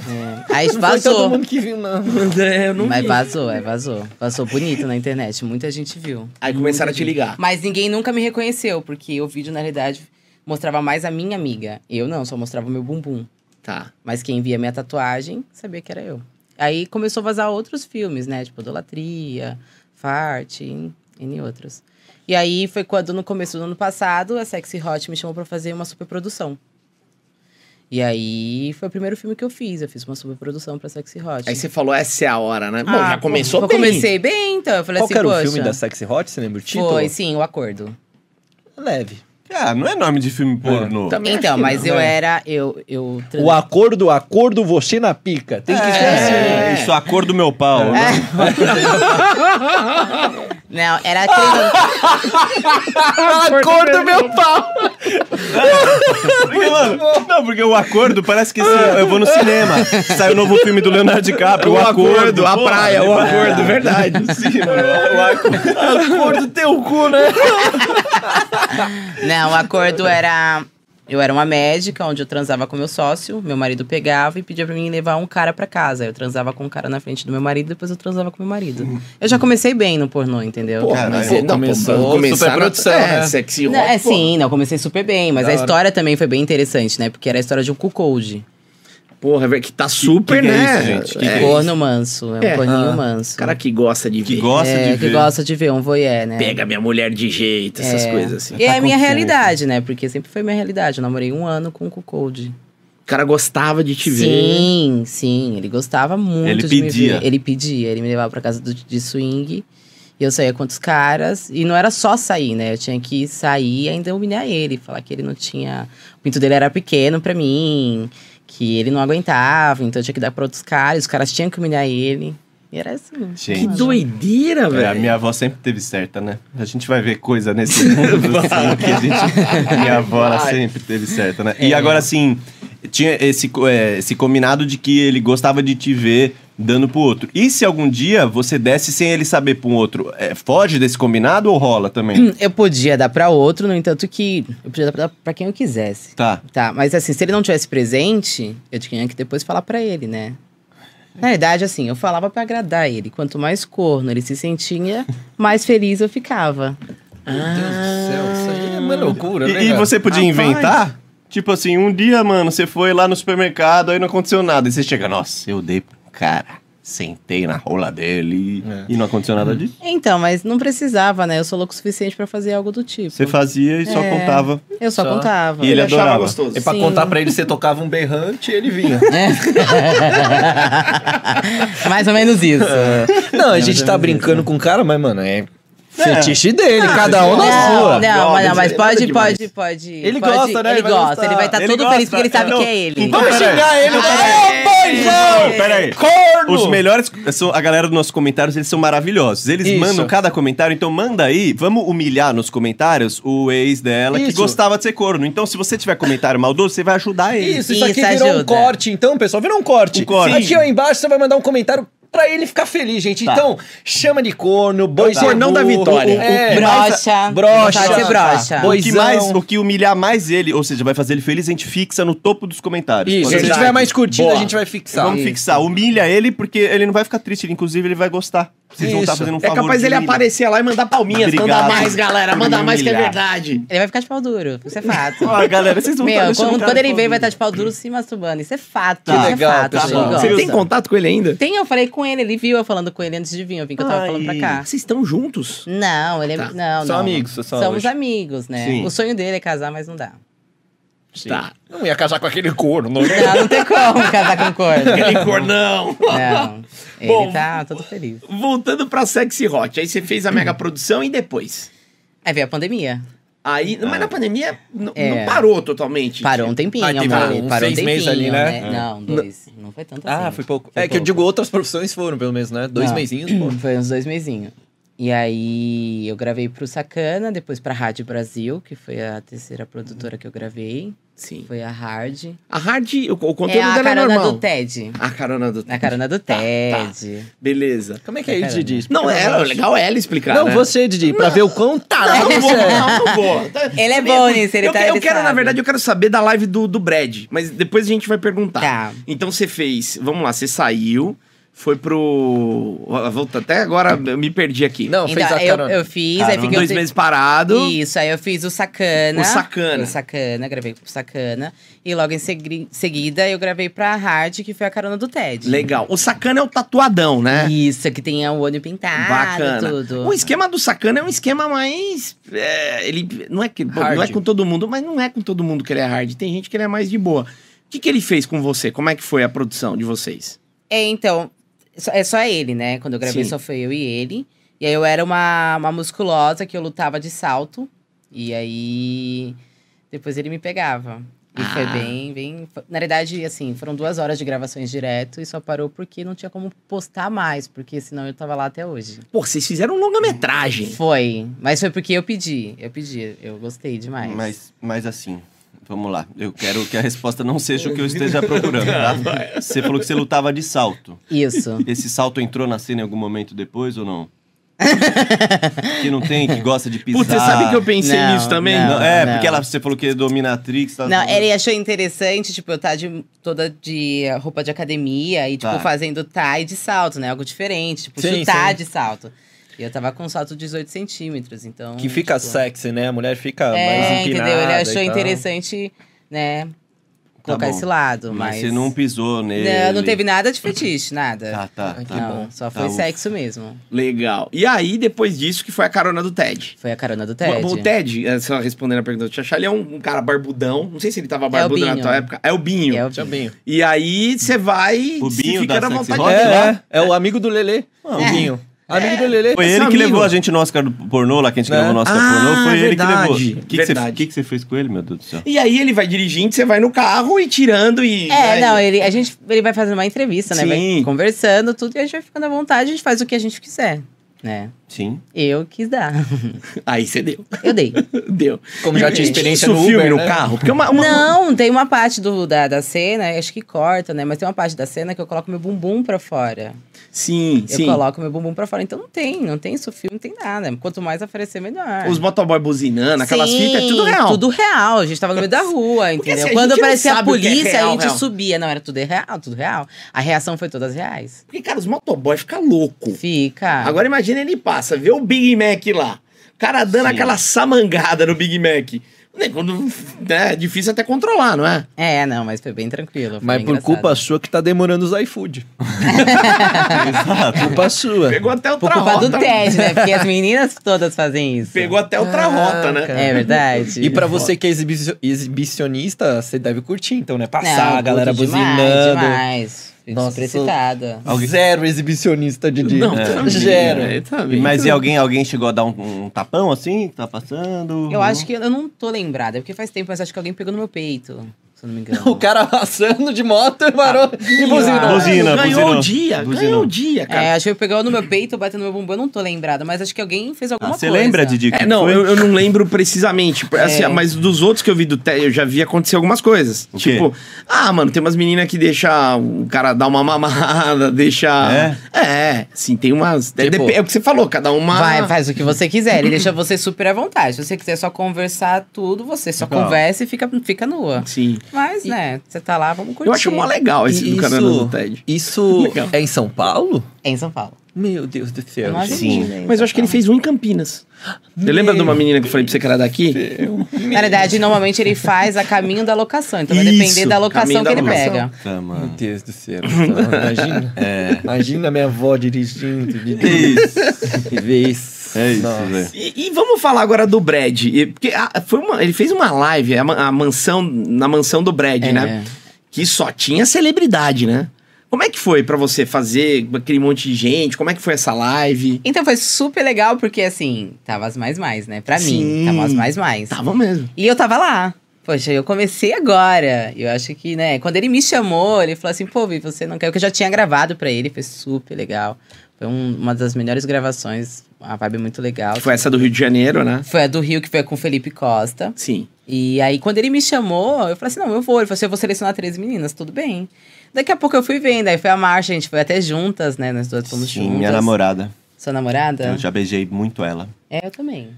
É. Aí
Não foi todo
vazou.
mundo que viu, não.
É, eu não
Mas
vi.
vazou, é, vazou. Vazou bonito na internet, muita gente viu.
Aí começaram a te ligar.
Mas ninguém nunca me reconheceu, porque o vídeo, na realidade, mostrava mais a minha amiga. Eu não, só mostrava o meu bumbum.
Tá.
Mas quem via minha tatuagem sabia que era eu. Aí começou a vazar outros filmes, né? Tipo, Idolatria, Fart, e e outros. E aí foi quando, no começo do ano passado, a Sexy Hot me chamou pra fazer uma superprodução. E aí foi o primeiro filme que eu fiz. Eu fiz uma superprodução pra Sexy Hot.
Aí você falou, essa é a hora, né? Bom,
Ah,
já começou
eu
bem.
comecei bem, então. Eu falei
Qual
assim,
que era o
poxa.
filme da Sexy Hot? Você lembra o título?
Foi, sim, O Acordo.
Leve.
Ah, não é nome de filme Tá- pornô.
Também acho
Então,
que
mas
não.
eu
né?
era. Eu, eu
O acordo, acordo, você na pica. Tem que ser assim.
É, Isso é a cor do meu pau. né?
Não, era três
A cor
é
do meu pau!
Porque, mano, não, porque o acordo parece que esse- eu vou no cinema. Sai o novo filme do Leonardo DiCaprio, o, acordo,
a
porra,
praia, o
né?
acordo, verdade.
Sim, mano, o acordo.
acordo teu cu, né?
anos. Não, o acordo era. Eu era uma médica onde eu transava com meu sócio, meu marido pegava e pedia pra mim levar um cara pra casa. Eu transava com um cara na frente do meu marido, depois eu transava com meu marido. Eu já comecei bem no pornô, entendeu?
Caralho.
mas você- não,
Começou
pô, começar na-
superprodução,
é,
né?
sexy
Não,
hot,
é
pô.
sim, não, comecei super bem, mas
Da
a
hora.
história também foi bem interessante, né? Porque era a história de um cuckold.
Porra, velho, que tá super,
que que é
né?
isso, gente? Que que é
É,
Corno manso, é um
É,
corninho
ah,
manso.
cara que gosta de
Que
ver. É.
gosta
é,
de
que
ver.
gosta de ver um voyeur, né?
Pega minha mulher de jeito, essas
É.
coisas assim.
E é a minha
com fome.
realidade, né? Porque sempre foi minha realidade. Eu namorei um ano com o Cuckold.
O cara gostava de te ver.
Sim, sim. Ele gostava muito
Ele
de
pedia.
me ver. Ele pedia. Ele me levava pra casa do, de swing. E eu saía com outros caras. E não era só sair, né? Eu tinha que sair e ainda humilhar ele. Falar que ele não tinha... O pinto dele era pequeno pra mim. Que ele não aguentava. Então eu tinha que dar pra outros caras. Os caras tinham que humilhar ele. E era assim.
Que
Gente,
doideira,
é, a
velho.
minha avó sempre teve certa, né? A gente vai ver coisa nesse mundo assim, que a gente. Minha avó ela
Vai. É.
sempre teve certa, né? E agora, assim, tinha esse, co- é, esse combinado de que ele gostava de te ver dando pro outro. E se algum dia você desse sem ele saber pro outro, é, foge desse combinado ou rola também?
Eu podia dar pra outro. No entanto que... Eu podia dar pra- pra quem eu quisesse.
tá.
Tá, mas assim, se ele não tivesse presente, eu tinha que depois falar pra ele, né? Na verdade, assim, eu falava pra agradar ele. Quanto mais corno ele se sentia, mais feliz eu ficava.
Meu Deus do céu, isso aí é uma loucura, né?
E, e
cara?
você podia
Rapaz.
inventar? Tipo assim, um dia, mano, você foi lá no supermercado, aí não aconteceu nada. E você chega, nossa, eu dei pro cara. Sentei na rola dele e-
É.
e não aconteceu nada disso.
Então, mas não precisava, né? Eu sou louco o suficiente pra fazer algo do tipo.
Você fazia e só
É.
contava.
Eu só,
Só.
contava.
E ele
achava
adorava.
gostoso.
E É pra
Sim.
contar pra ele, você tocava um berrante e ele vinha.
Né? Mais ou menos isso.
Não, a gente tá brincando com o cara, mas, mano, é fetiche dele, cada um na
Não,
sua.
não, mas, não, mas
Nada
pode,
demais.
pode, pode.
Ele
pode-
gosta, né?
Ele
Ele vai
gosta,
gostar.
ele vai estar
Ele
todo feliz
gosta,
porque ele sabe
então-
que é ele.
então- Vamos xingar ele,
Ô,
peraí.
Corno!
Os melhores, são- a galera dos nossos comentários, eles são maravilhosos. Eles
Isso.
mandam cada comentário, então manda aí. Vamos humilhar nos comentários o ex dela que
Isso.
gostava de ser corno. Então, se você tiver comentário maldoso, você vai ajudar ele.
Isso, isso
Isso
aqui virou
ajuda.
um corte, então, pessoal. Virou um corte.
Um corte.
Aqui ó, embaixo você vai mandar um comentário pra ele ficar feliz, gente.
Tá.
Então, chama de corno, boi
o cornão
burro,
da vitória.
o- é,
Brocha.
brocha.
Vontade de ser brocha.
Boi-
O que,
Coisão.
mais, o que humilhar mais ele, ou seja, vai fazer ele feliz, a gente fixa no topo dos comentários.
Isso,
Pode
se
Verdade.
ser?
tiver mais curtida,
Boa.
a gente vai fixar.
Vamos fixar. Humilha ele, porque ele não vai ficar triste. ele, Inclusive, ele vai gostar. Vocês vão estar
Isso.
fazendo um
É
favor.
capaz
de
ele
humilhar.
aparecer lá e mandar palminhas. Manda
Obrigado.
mais, galera. Manda mais que é
Humilhar.
verdade.
Ele vai ficar de pau duro. Isso é fato.
Ó, Ah, galera,
tá
vocês vão estar
Meu,
deixando o
quando,
cara
quando ele vem, vai
falando.
estar de pau duro se masturbando. Isso é fato.
Que
isso
legal,
é fato.
Tá
pessoal.
ele
tá Você
gosta.
tem contato com ele ainda?
Tem, eu falei com ele, ele viu eu falando com ele antes de vir, eu vim que eu tava
Ai.
falando pra cá.
Ah, Vocês estão juntos?
Não, ele é.
Tá.
Não,
São
não.
amigos, Ah, só
Somos
hoje.
amigos, né?
Sim.
O sonho dele é casar, mas não dá.
Tá.
Não ia casar com aquele corno, né?
Não, não tem como casar com corno.
é
Aquele cornão.
Não. Ele
Bom,
tá todo feliz.
Voltando pra Sexy Hot. Aí você fez a mega produção e depois?
Aí veio a pandemia.
Aí, mas na pandemia n-
É.
não Ah. parou totalmente.
Parou um tempinho,
Ah, teve
amor.
uns
Parou um
seis
tempinho.
meses ali, né?
né? Não, dois. Não foi tanto assim.
Ah, foi pouco.
Foi
é que eu
pouco.
digo outras profissões foram, pelo menos, né? Dois
Não.
meizinhos, pô.
Foi uns dois mesinhos. E aí eu gravei pro Sacana, depois pra Rádio Brasil, que foi a terceira produtora que eu gravei.
Sim.
Foi a Hard.
A Hard, o, o conteúdo
É a
dela é
carona
normal. Tá,
do Ted.
A carona do
Na carona do Ted.
Beleza.
Como é que é isso, Didi? Explica
Não,
né?
pra
é
nós.
legal ela explicar.
Não,
né?
você, Didi, pra ver o quão tarado
Não, não
você
vou,
é.
não, não vou. Tá-
Ele é bom nisso, ele
eu,
tá
que- eu
ele
quero, na
sabe.
verdade, eu quero saber da live do, do Brad, mas depois a gente vai perguntar.
Tá.
Então você fez, vamos lá, você saiu, foi pro. ó, Volta até agora, eu me perdi aqui. Ah,
Não, fez
Então,
a
eu,
carona.
eu fiz,
Carona.
aí fiquei
dois
um te-
meses parado.
Isso, aí eu fiz o Sacana.
O Sacana.
O Sacana, gravei pro Sacana. E logo em segui- seguida eu gravei pra Hard, que foi a carona do Ted.
Legal. O sacana é o tatuadão, né?
Isso, que tem o olho pintado,
Bacana.
tudo.
O esquema do sacana é um esquema mais. é, ele não é que bom, não é
Hard.
com todo mundo, mas não é com todo mundo que ele é hard. Tem gente que ele é mais de boa. O que, que ele fez com você? Como é que foi a produção de vocês?
É, então, só- é só ele, né? Quando eu gravei
Sim.
só foi eu e ele. E aí eu era uma, uma musculosa que eu lutava de salto. E aí depois ele me pegava. E foi
Ah.
bem, bem. fo- Na verdade, assim, foram duas horas de gravações direto e só parou porque não tinha como postar mais, porque senão eu tava lá até hoje.
Pô, vocês fizeram um longa-metragem.
Foi. Mas foi porque eu pedi. Eu pedi. Eu gostei demais.
Mas, mas assim, vamos lá. Eu quero que a resposta não seja o que eu esteja procurando, tá? Você falou que você lutava de salto.
Isso.
Esse salto entrou na cena em algum momento depois ou não? que não tem, que gosta de pisar.
Putz, você sabe que eu pensei
Não,
nisso também?
não.
Não, é,
Não.
porque ela, você falou que é dominatrix. Tá
Não,
Uhum.
ele achou interessante, tipo, eu tá de, toda de eh, roupa de academia e, tipo,
Tá.
fazendo tie de salto, né? Algo diferente, tipo,
Sim,
chutar
sim.
de salto. E eu tava com um salto de 18 centímetros, então.
Que fica
tipo,
sexy, né? A mulher fica mais
É,
empinada. Tá
entendeu? Ele achou
e tal.
interessante, né? colocar
bom.
esse lado.
Mas
Mas,
você não pisou nele.
Não, não teve nada de fetiche, nada.
Tá, tá.
Ai, que
tá.
não,
bom.
Tá,
só foi
ufa.
sexo mesmo.
Legal. E aí, depois disso, que foi a carona do Ted.
Foi a carona do Ted.
O, o Ted, eh, só respondendo a pergunta do Tchachá, ele é um, um cara barbudão. Não sei se ele tava barbudo na
Binho.
tua época. É o Binho.
É o-
Tchau, Binho.
E aí, você vai
O
se
Binho
fica
da
na
Sexy
vontade
Hot?
de
É,
lá.
É, é, é o amigo do Lelê.
É.
O Binho. Amigo do Lelê.
Foi
Esse
ele que
amigo.
levou a gente no Oscar do pornô, lá que a gente
Né?
gravou no Oscar
Ah,
pornô. Foi ele que
verdade,
levou. O que, que, você,
verdade.
que que você fez com ele, meu Deus do céu?
E aí, ele vai dirigindo, você vai no carro e tirando e... né,
É, não, ele, a gente, ele vai fazendo uma entrevista, né?
Sim.
Vai conversando, tudo, e a gente vai ficando à vontade, a gente faz o que a gente quiser, né?
Sim.
Eu quis dar.
Aí você deu.
Eu dei.
Deu.
Como já tinha
E
experiência
isso
no
filme
Uber,
no
né?
carro? Porque Tá é uma, uma-
Não, tem uma parte do, da, da cena, acho que corta, né? Mas tem uma parte da cena que eu coloco meu bumbum pra fora.
Sim, sim.
Eu coloco meu bumbum pra fora. Então não tem, não tem isso, filme, não tem nada. Quanto mais oferecer, melhor.
Os motoboy buzinando, aquelas
Sim,
fitas, é tudo real.
Tudo real. A gente tava no meio da rua,
Porque, assim,
entendeu?
a
Quando
gente não
aparecia a
sabe o que é
polícia,
real,
a gente
real.
subia. Não, era tudo real, tudo real. A reação foi todas reais.
Porque, cara, os motoboy ficam louco.
Fica.
Agora imagina ele passa, vê o Big Mac lá. O cara dando
Sim.
aquela samangada no Big Mac. Né, quando- né, é difícil até controlar, não é?
É, não, mas foi bem tranquilo. foi
Mas
bem
por
É engraçado.
culpa sua que tá demorando os iFood.
Exato.
Culpa sua.
Pegou até
Por
outra
culpa
rota.
do Ted, né? Porque as meninas todas fazem isso.
Pegou até outra rota, né?
Caraca.
É verdade.
E pra você que é exibicio- exibicionista, você deve curtir, então, né?
Não,
Passar a
curto
galera
demais,
buzinando.
Demais. Fico
Nossa,
super excitada.
Zero exibicionista de dia.
Não, tá bem,
Zero.
né? Tá bem.
É. Mas e alguém, alguém chegou a dar um, um tapão assim? que Tá passando?
Eu acho que eu não tô lembrada, porque faz tempo, mas acho que alguém pegou no meu peito. Se eu não me engano.
O cara passando de moto e parou.
Ah,
E buzina.
Buzina,
ganhou
buzinou.
o dia, ganhou
Buzinou.
o dia, cara.
É, acho que eu pegou no meu peito, batendo no meu bumbum, eu não tô lembrada, mas acho que alguém fez
Ah,
alguma
Você
coisa.
lembra, Didi? que
É, não,
foi?
eu, eu não lembro precisamente. Assim,
É.
Mas dos outros que eu vi do Ted, eu já vi acontecer algumas coisas.
O quê?
tipo, ah, mano, tem umas meninas que deixa o cara dar uma mamada, deixa. É? É, sim, tem umas. é,
Tipo-
dep- é o que você falou, cada uma.
Vai, faz o que você quiser, ele deixa você super à vontade. Se você quiser só conversar tudo, você só
Legal.
conversa e fica, fica nua.
Sim.
Mas, né, você tá lá, vamos curtir.
Eu acho mó legal esse do canal do Ted.
Isso
Legal.
é em São Paulo?
É em São Paulo.
Meu Deus do
Eu
céu.
não
gente.
assisti,
sim.
né, em
Mas eu
São
acho que ele
Paulo.
fez um em Campinas. Você lembra de uma menina que eu falei pra você que era daqui?
Na verdade, normalmente ele faz a caminho da locação. Então vai
Isso,
depender da
caminho
locação
da
que ele
locação.
pega.
Tá,
Meu
mano.
Deus do céu.
tá?
Imagina. Imagina minha avó dirigindo. De
É isso.
vez.
É isso,
Nossa.
velho.
E, e vamos falar agora do Brad. E- Porque ah, foi uma- ele fez uma live, é a, ma- a mansão, na mansão do Brad,
É.
né? que só tinha celebridade, né? Como é que foi pra você fazer aquele monte de gente? Como é que foi essa live?
Então foi super legal, porque assim, tava as mais mais, né? Pra
Sim.
mim, tava as mais mais.
Tava mesmo.
E eu tava lá. Poxa, eu comecei agora. Eu acho que, né? Quando ele me chamou, ele falou assim: pô, Vi, você não quer? Porque eu já tinha gravado pra ele, foi super legal. Foi um- uma das melhores gravações, uma vibe muito legal.
Foi essa do Rio de Janeiro, né?
Foi a do Rio, que foi com o Felipe Costa.
Sim.
E aí, quando ele me chamou, eu falei assim: não, eu vou. Ele falou assim: eu vou selecionar três meninas, tudo bem. Daqui a pouco eu fui vendo, aí foi a marcha, a gente foi até juntas, né? Nós duas fomos
Sim,
juntas.
minha namorada.
Sua namorada?
Eu já beijei muito ela.
É, eu também.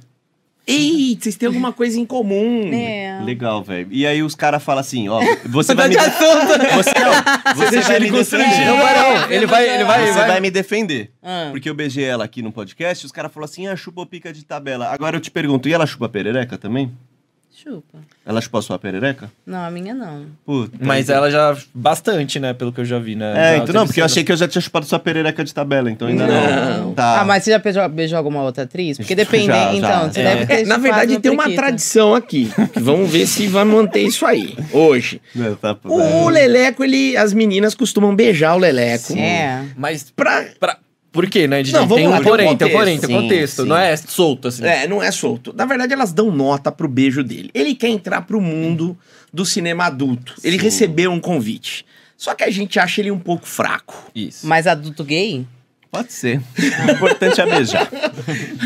Eita, vocês têm alguma coisa em comum.
É.
Legal, velho. E aí os caras falam assim, ó, você vai
Mudou
me...
de
Você,
assunto.
não, você
deixa
vai
ele
me
constrangido.
defender.
Não, vai não. Ele vai, ele vai,
Você
ele vai.
vai me defender.
Ah.
Porque eu beijei ela aqui no podcast, os caras falaram assim, ah, chupa o pica de tabela. Agora eu te pergunto, e ela chupa a perereca também?
Chupa.
Ela chupa a sua perereca?
Não, a minha não.
Puta.
Mas ela já. Bastante, né? Pelo que eu já vi, né?
É, então não, porque eu achei que eu já tinha chupado sua perereca de tabela, então ainda não.
Não.
Tá.
Ah, mas você já beijou, beijou alguma outra atriz? Porque
Já,
depende,
já.
então, você
É.
deve ter
É, na
chupado
verdade, tem uma
periquita.
tradição aqui. que Vamos ver se vai manter isso aí hoje.
É, tá,
O Leleco, ele. As meninas costumam beijar o Leleco.
É.
Mas.
Pra.
pra- Por quê, né, Didi?
Não, vamos
tem
lá,
um
tem um
porém, tem um porém, tem um
contexto.
contexto.
Sim,
Não é solto, assim.
É, não é solto. Na verdade, elas dão nota pro beijo dele. Ele quer entrar pro mundo do cinema adulto. Ele
Sim.
recebeu um convite. Só que a gente acha ele um pouco fraco.
Isso.
Mas adulto gay?
Pode ser. O importante é beijar.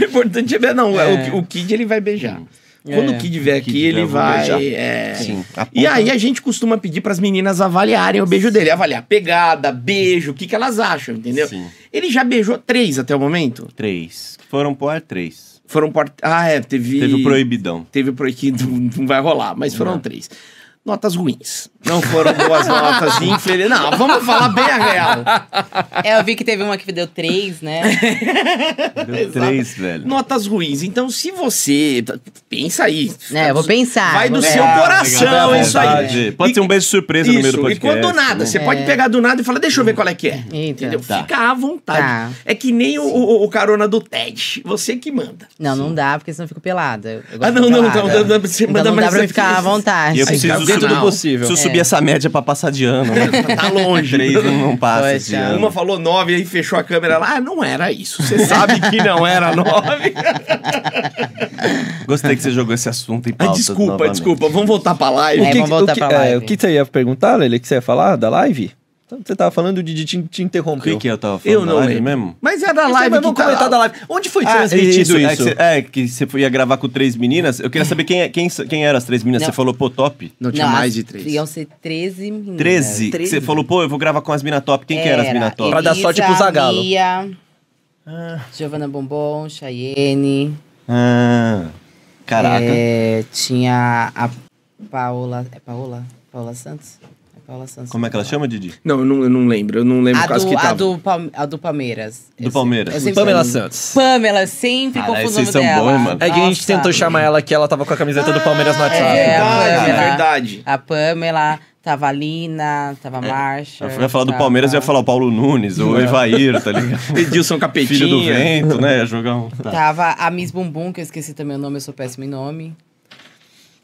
O importante é ver, não, o, o Kid ele vai beijar.
É.
Quando o Kid vier aqui,
Hum. Kid
ele
já vou
vai.
beijar.
é.
Sim. a
E
ponta-
aí a gente costuma pedir pras meninas avaliarem o beijo dele. Avaliar pegada, beijo, o que, que elas acham, entendeu?
Sim.
Ele já beijou três até o momento?
Três. Foram pro ar três.
Foram por. Ah, é, teve.
Teve o proibidão.
Teve o proibido, não vai rolar, mas foram três. notas ruins. Não foram boas notas, infeliz. Não, vamos falar bem a real.
É, eu vi que teve uma que deu três, né?
Deu três, velho.
Notas ruins. Então, se você. Pensa aí.
É, eu vou pensar.
Vai do
vou
seu
pensar.
coração,
Ah, Obrigado,
isso aí.
verdade. Pode ser um beijo surpresa no meio do
Isso,
podcast. né?
E quando nada, você
É.
pode pegar do nada e falar, deixa eu ver qual é que é.
Então.
Entendeu?
Tá.
Fica à vontade.
Tá.
É que nem o, o- o carona do TED. Você que manda.
Não, não dá, porque senão eu fico pelada. Eu- eu gosto
Ah, não,
de
não,
pelada.
não, não, não, você
Então
manda
não dá
mais
pra eu
aqui.
ficar à vontade. Então,
E eu
Ai,
preciso
cara, dentro
subir-
do possível.
Preciso subir essa média pra passar de ano, né?
É. Tá longe.
Três não, não passa de
Poxa.
ano.
Uma falou nove, aí fechou a câmera lá. Ah, não era isso. Você sabe que não era nove.
Gostei que você jogou esse assunto em
Ah,
pauta
desculpa,
novamente.
desculpa. Vamos voltar pra live.
É, vamos voltar
o que,
pra live.
é, o que você ia perguntar, Lele? O que você ia falar da live? Então, Você tava falando de, de te, te
O que,
interromper.
que eu tava falando?
Eu não
Ah,
lembro.
mesmo?
Mas era a live que
vamos
tá-
comentar da live. Onde foi
Ah,
transmitido
É
isso?
que, você, é, que você foi- ia gravar com três meninas. Eu queria saber quem, é- quem, s- quem eram as três meninas.
Não.
Você falou, pô, top?
Não tinha
Não,
mais
as-
de três.
Iam ser 13 meninas.
13. Que Você falou, pô, eu vou gravar com as minas top. Quem que eram as minas top?
Pra dar sorte pro
Elisa,
Zagallo.
Mia, Giovanna Bombom, Chayenne.
Ah, caraca.
é, tinha a Paola. É Paola? Paola Santos? É Paola Santos.
Como é que ela chama, Didi?
Não, eu não, eu não lembro. Eu não lembro
A
quase
do,
que
a,
tava.
do Palme- a do Palmeiras.
Do Palmeiras.
eu sempre-
Pamela Santos.
Pamela, sempre
Caralho,
confuso o
vocês
nome
são
dela.
bons, mano.
É que a gente
Nossa.
tentou chamar ela que ela tava com a camiseta do Palmeiras no WhatsApp.
é,
verdade,
Pamela.
verdade.
A Pamela, tava a Lina, tava a Marcha.
Eu ia É. falar do Palmeiras, eu
tá.
ia falar o Paulo Nunes, o Evair, tá ligado?
Edilson Capetinha.
Filho do vento, né? Ia jogar um. Tá.
Tava a Miss Bumbum, que eu esqueci também o nome, eu sou péssima em nome.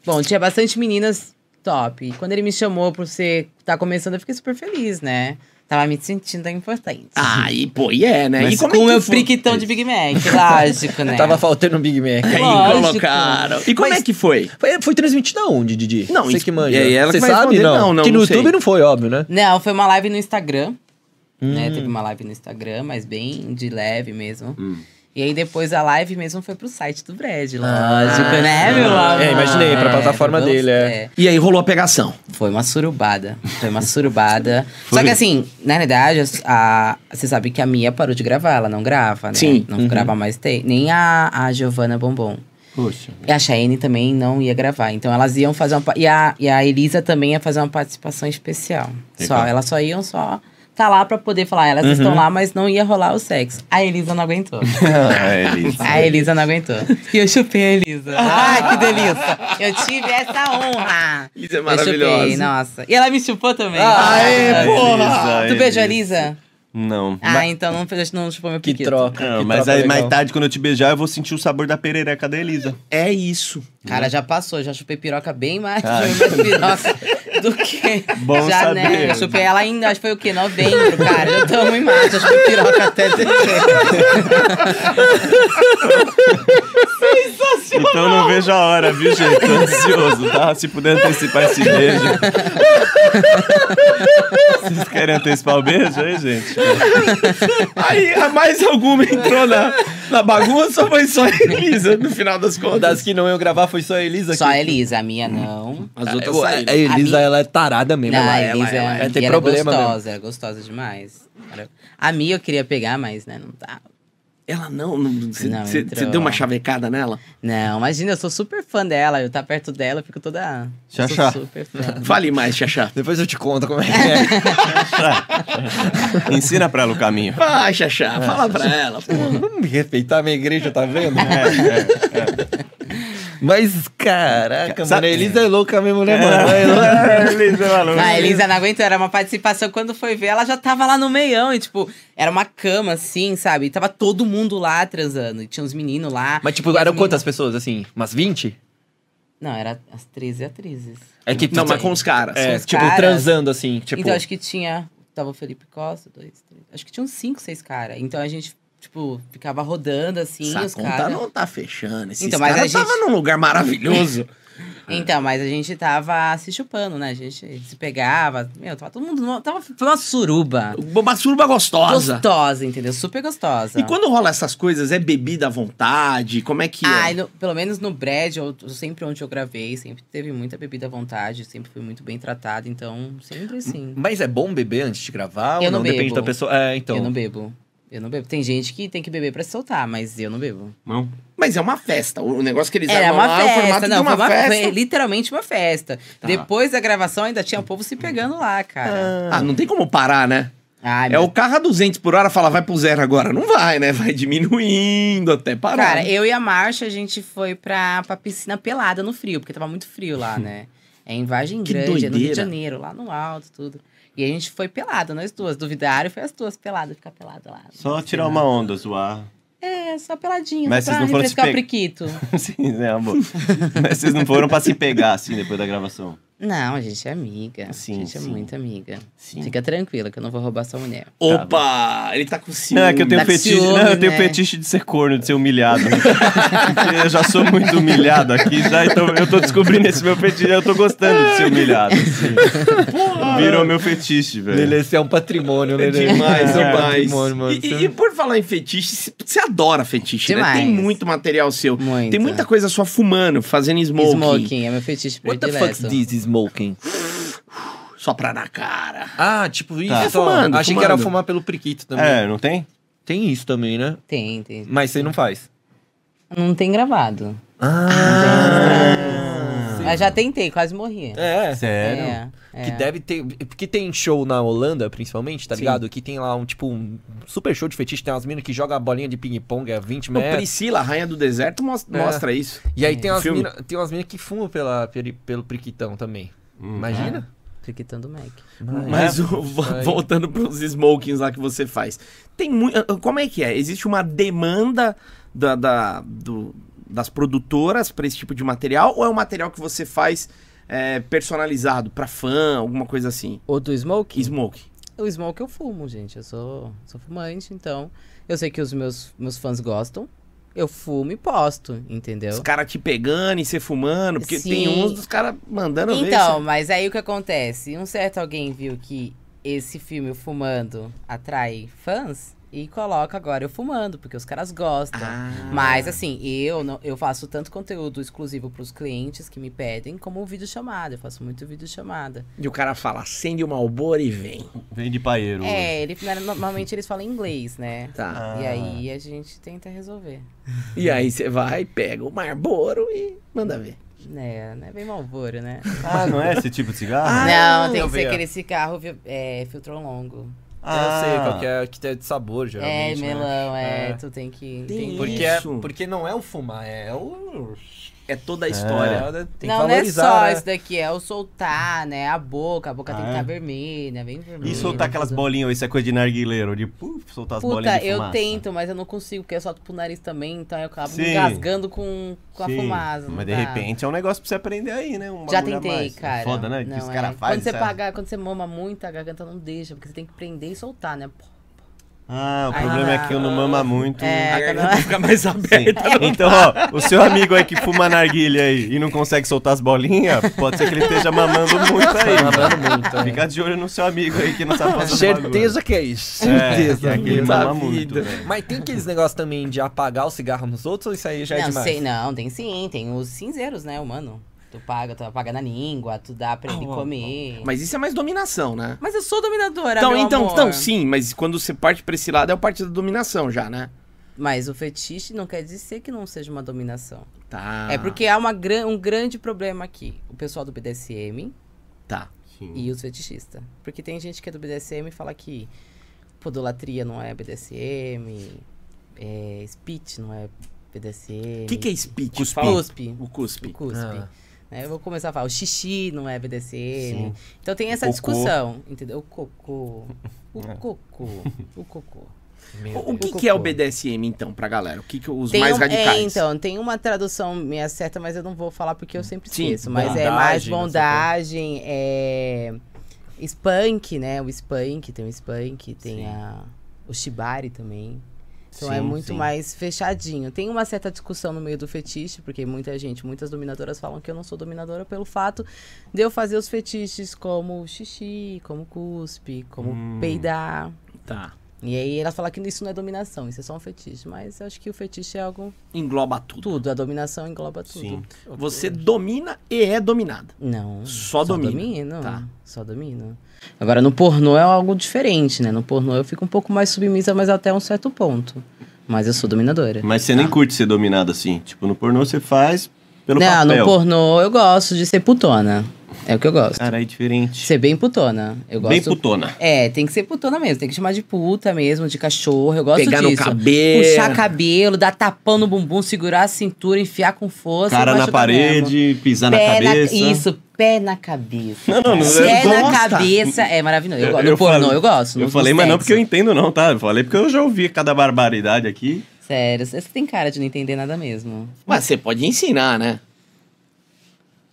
Bom, tinha bastante meninas top. E quando ele me chamou por você tá começando, eu fiquei super feliz, né? Tava me sentindo importante.
Ah, e pô, e é, né?
Mas
e como
Com o
é
meu
que foi?
friquitão de Big Mac, lógico, né?
Tava faltando um Big Mac.
Aí
Lógico.
colocaram. E como
Mas-
é que foi?
Foi, foi transmitido aonde, Didi?
Não,
Você
isso-
que manja.
e aí ela
Você
que vai
sabe?
responder.
Não.
Não, não,
que no
não
YouTube
sei.
não foi, óbvio, né?
Não, foi uma live no Instagram.
Hum.
Né? Teve uma live no Instagram, mas bem de leve mesmo.
Hum.
E aí depois a live mesmo foi pro site do Brad, lógico, né, meu amor?
Ah, É, imaginei, pra plataforma
pro-
dele, é.
E aí rolou a pegação.
Foi uma surubada. Foi uma surubada. Só que assim, na realidade, as- a, você sabe que a Mia parou de gravar, ela não grava, né?
Sim.
Não grava mais tem. Nem a, a Giovanna Bombom.
Poxa.
E a Cheyenne também não ia gravar. Então elas iam fazer uma. pa- E a, e a Elisa também ia fazer uma participação especial. Só, elas só iam só tá lá pra poder falar. Elas estão lá, mas não ia rolar o sexo. A Elisa não aguentou.
Ah, é isso.
A Elisa não aguentou. E eu chupei a Elisa. Ah. Ai, que delícia. Eu tive essa honra.
Elisa é
Eu
maravilhosa.
chupei, nossa. E ela me chupou também.
Aê,
Ai,
porra!
Tu beijou a Elisa?
Não.
Ah,
Mas-
então não, não chupou meu
Que
piquito.
troca.
não,
que
mas
troca
aí
tá legal.
mais tarde, quando eu te beijar, eu vou sentir o sabor da perereca da Elisa.
É isso.
Cara, já passou. Já chupei piroca bem mais,
Ah.
bem mais piroca do que...
Bom
já,
saber.
né? Eu chupei ela ainda, acho que foi o quê? Novembro, cara. Eu tô em março, eu chupei piroca até dezembro.
Então não vejo a hora, viu, gente? Tô ansioso, tá? Se puder antecipar esse beijo. Vocês querem antecipar o beijo aí, gente?
Aí a mais alguma entrou na, na bagunça ou foi só a Elisa no final das contas?
Das que não iam gravar foi só a Elisa.
Só
que-
a Elisa, a minha não.
As
Ah,
outras
eu-
saíram.
A Elisa,
A
ela é tarada mesmo.
Não,
ela,
a Elisa
ela,
ela,
ela É, tem
é e
problema
era
mesmo.
gostosa, era gostosa demais. Era- A Mia eu queria pegar, mas né, não tá.
Ela não. Você
Não, entrou.
deu uma chavecada nela?
Não, imagina, eu sou super fã dela, eu tá perto dela, eu fico toda.
Tchau,
eu sou
tchau.
super fã.
Fale mais, Xaxá.
Depois eu te conto como é que é.
Ensina pra ela o caminho.
Vai, Ah, Xaxá, fala pra ela. porra.
Vamos me respeitar, minha igreja, tá vendo?
É, é.
Mas, caraca, mano,
Sabe-
a Elisa é louca mesmo, né, mano? Ela é. é louca.
Elisa é maluca.
A Elisa não aguentou, era uma participação. Quando foi ver, ela já tava lá no meião. E, tipo, era uma cama, assim, sabe? E tava todo mundo lá transando. E tinha uns meninos lá.
Mas, tipo, eram quantas pessoas, assim? Umas 20?
Não, era as 13 atrizes.
É que
Não, mas com os caras.
É,
os
tipo,
caras.
transando, assim, tipo...
Então, acho que tinha. Tava o Felipe Costa, dois, três. Acho que tinha uns cinco, seis caras. Então a gente, tipo, ficava rodando assim,
Essa
os
conta
caras.
não tá fechando. Esses
Então, mas
caras
a gente-
tava num lugar maravilhoso. É.
Então, mas a gente tava se chupando, né? A gente se pegava. Meu, tava todo mundo. numa- Tava, foi uma suruba.
Bobassurba gostosa.
É. Gostosa, entendeu? Super gostosa.
E quando rola essas coisas, é bebida à vontade? Como é que
Ah,
é?
pelo menos no Brad, eu, eu sempre onde eu gravei, sempre teve muita bebida à vontade, sempre fui muito bem tratada, então sempre sim.
Mas é bom beber antes de gravar?
Eu
ou
não
Depende
bebo.
da pessoa. É, então.
Eu não bebo. Eu não bebo. Tem gente que tem que beber pra se soltar, mas eu não bebo.
Não. Mas é uma festa. O negócio que eles
Era
armam
uma
lá é o
festa,
formato
não,
de uma,
foi uma
festa.
foi literalmente uma festa. Depois da gravação ainda tinha o povo se pegando lá, cara.
Ah, não tem como parar, né?
Ai,
É
meu
o carro a 200 por hora, fala, vai pro zero agora. Não vai, né? Vai diminuindo até parar.
Cara, eu e a Marcha, a gente foi pra, pra piscina pelada no frio, porque tava muito frio lá, né? É em Vargem
Que
Grande, é no Rio
doideira.
de Janeiro, lá no alto, tudo. E a gente foi pelada, nós duas. Duvidaram, foi as duas peladas, ficar pelada lá.
Só
Não sei
tirar
lá.
uma onda, zoar.
É, só peladinha.
Mas
só
vocês
pra
não foram se
refrescar o
pe-
priquito.
Sim, né, amor? Mas vocês não foram pra se pegar, assim, depois da gravação.
Não, a gente é amiga.
Sim,
a gente
sim.
é muito amiga.
Sim.
Fica tranquila que eu não vou roubar sua mulher.
Opa! Ele tá com ciúme.
Não, é que eu tenho,
Dá que
fetiche,
ciúme,
não, eu tenho
né?
fetiche de ser corno, de ser humilhado. Porque eu já sou muito humilhado aqui, já, então eu tô descobrindo esse meu fetiche, eu tô gostando de ser humilhado. assim.
Tá
Virou meu fetiche, velho.
Lelê, você é um patrimônio,
É
Lelê.
demais,
Você é um
demais.
patrimônio, mano.
E-
Você-
E, e por falar em fetiche, você adora fetiche, né?
Demais.
Tem muito material seu.
Muito. é.
Tem muita coisa sua fumando, fazendo smoking.
Smoking, é meu fetiche
What the fuck
predileto.
is smoking?
Só pra na cara.
Ah, tipo isso.
É
só.
fumando,
Achei que
fumando.
era fumar pelo priquito também.
É, não tem?
Tem isso também, né?
Tem, tem.
Mas você não faz.
Não tem gravado. Mas já tentei, quase morri.
É.
Sério?
É,
Que
é.
deve ter. Porque tem show na Holanda, principalmente, tá ligado? Que tem lá um tipo um super show de fetiche, tem umas minas que jogam a bolinha de ping-pong a 20
Pô,
metros.
Priscila, a rainha do deserto, mos-
É.
mostra, isso.
E aí
É.
tem umas
Filme.
minas mina que fumam pela, pelo, pelo priquitão também.
Hum.
Imagina?
Priquitando o Mac.
Mas o- vo-
né? Aí.
voltando pros smokings lá que você faz. Tem muito. Como é que é? Existe uma demanda da, da- do- das produtoras pra esse tipo de material? Ou é um material que você faz é, personalizado pra fã, alguma coisa assim?
Ou do Smoke?
Smoke.
O Smoke eu fumo, gente. Eu sou, sou fumante, então. Eu sei que os meus, meus fãs gostam. Eu fumo e posto,
Os
entendeu?
caras te pegando e você fumando, porque
Sim.
tem uns dos caras mandando ver.
Então, mas aí o que acontece? Um certo alguém viu que esse filme, o Fumando, atrai fãs e coloca agora eu fumando, porque os caras gostam.
Ah.
Mas assim, eu não, eu faço tanto conteúdo exclusivo pros clientes que me pedem, como vídeo chamada. Eu faço muito vídeo chamada.
E o cara fala, acende uma albora e vem.
Vem de paeiro. hoje.
É, ele, normalmente eles falam inglês, né?
Tá.
E aí a gente tenta resolver.
E aí você vai, pega o Marlboro e manda ver.
Né, não é bem malvoro, né?
Ah, não é esse tipo de cigarro?
Ah,
não, tem
eu
que ser
vi.
aquele cigarro vi- é, filtrão longo.
Ah,
Eu sei qual que é, que é de sabor,
Ah. É,
geralmente. né?
melão, é,
É.
Tu tem que.
Tem
tem que-
Porque,
Isso.
é, porque não é o fumar, é o.
É toda a história.
Tem
não,
que
não é
valorizar.
só
né?
isso daqui, é o soltar, né? A boca, a boca tem que
Ah,
estar
é?
vermelha, bem vermelha.
E soltar aquelas bolinhas, isso é coisa de narguileiro, de puf, soltar as bolinhas
Puta,
de
eu
fumaça.
tento, mas eu não consigo, porque eu solto pro nariz também, então eu acabo me
Sim.
engasgando com, com a
Sim,
fumaça. não
Mas de
dá.
repente é um negócio pra você aprender aí, né? Um
Já
bagulho a
tentei,
mais. É
cara.
Foda, né?
Não,
que os
é.
caras fazem.
Quando você
sabe?
paga, quando você mama muito, a garganta não deixa, porque você tem que prender e soltar, né? Pô.
Ah, o
Ah.
problema é que eu não mama muito.
É,
a
tá
garganta fica mais
Sim.
aberta.
Então, ó, o seu amigo aí que fuma narguilha aí e não consegue soltar as bolinhas, pode ser que ele esteja mamando
Tá
muito aí.
Mamando muito, é.
Fica de olho no seu amigo aí que não sabe
um
fazer
Certeza que é isso.
bagulho. É,
Certeza.
é que ele
Puta
mama
vida.
muito, né? velho.
Mas tem aqueles negócios também de apagar o cigarro nos outros ou isso aí já é
não,
demais?
sei, não, tem sim, tem os cinzeiros, né, humano? Tu paga, tu apaga na língua, tu dá pra ele
Ah,
comer. Mas...
Mas isso é mais dominação, né?
eu sou dominadora,
Então,
meu
então,
amor.
então, sim, mas quando você parte pra esse lado, é o parte da dominação já, né?
Mas o fetiche não quer dizer que não seja uma dominação.
Tá.
Ah.
É porque há uma gran- um grande problema aqui. O pessoal do BDSM
Tá.
e os fetichistas. Porque tem gente que é do BDSM e fala que podolatria não é BDSM, é, spit não é BDSM.
O que, que é spit? Fala.
Tipo, Cuspe.
O
O
cuspe.
cuspe.
Ah.
né? Eu vou começar a falar, o xixi não é BDSM.
Sim.
Então tem essa
cocô.
discussão, entendeu? O cocô, o cocô, o cocô.
Meu
O, o
Deus.
que,
O
que é o
cocô.
BDSM, então, pra galera? O que, que os
Tem
mais
um-
radicais?
É, então, tem uma tradução minha certa, mas eu não vou falar porque eu sempre
Sim,
esqueço. mas é
bondagem, não
mais
sei o quê.
bondagem, é... Spunk, né? O spunk, tem o spunk, tem a... o shibari também. Então é
Sim,
muito
sim.
mais fechadinho. Tem uma certa discussão no meio do fetiche, porque muita gente, muitas dominadoras falam que eu não sou dominadora pelo fato de eu fazer os fetiches como xixi, como cuspe, como
Hum.
peidar.
Tá.
E aí ela fala que isso não é dominação, isso é só um fetiche. Mas eu acho que o fetiche é algo.
Engloba tudo.
Tudo, a dominação engloba tudo.
Sim.
Você domina e é dominada.
Não.
Só domina.
domino.
Tá.
Só domino. Agora, no pornô é algo diferente, né? No pornô eu fico um pouco mais submissa, mas até um certo ponto. Mas eu sou dominadora.
Mas você nem curte ser dominado assim. Tipo, no pornô você faz pelo
não,
papel.
Né? Ah, no pornô eu gosto de ser putona. É o que eu gosto.
Cara, é diferente.
Ser bem putona. Eu gosto.
Bem putona.
É, tem que ser putona mesmo. Tem que chamar de puta mesmo, de cachorro. Eu gosto
Pegar no
disso.
cabelo.
Puxar cabelo, dar tapão no bumbum, segurar a cintura, enfiar com força.
Cara na
machucar mesmo.
parede, pisar Tá na
Pé
cabeça.
Isso, pé na cabeça.
Não, não, não, eu
Pé na
gosto.
cabeça. É maravilhoso. Eu,
Eu-
gosto.
eu
no pornô,
falei-
eu gosto.
Eu
no-
falei,
no
mas não
sexo.
porque eu entendo, não, tá? Eu falei porque eu já ouvi cada barbaridade aqui.
Sério, você tem cara de não entender nada mesmo.
Mas você pode ensinar, né?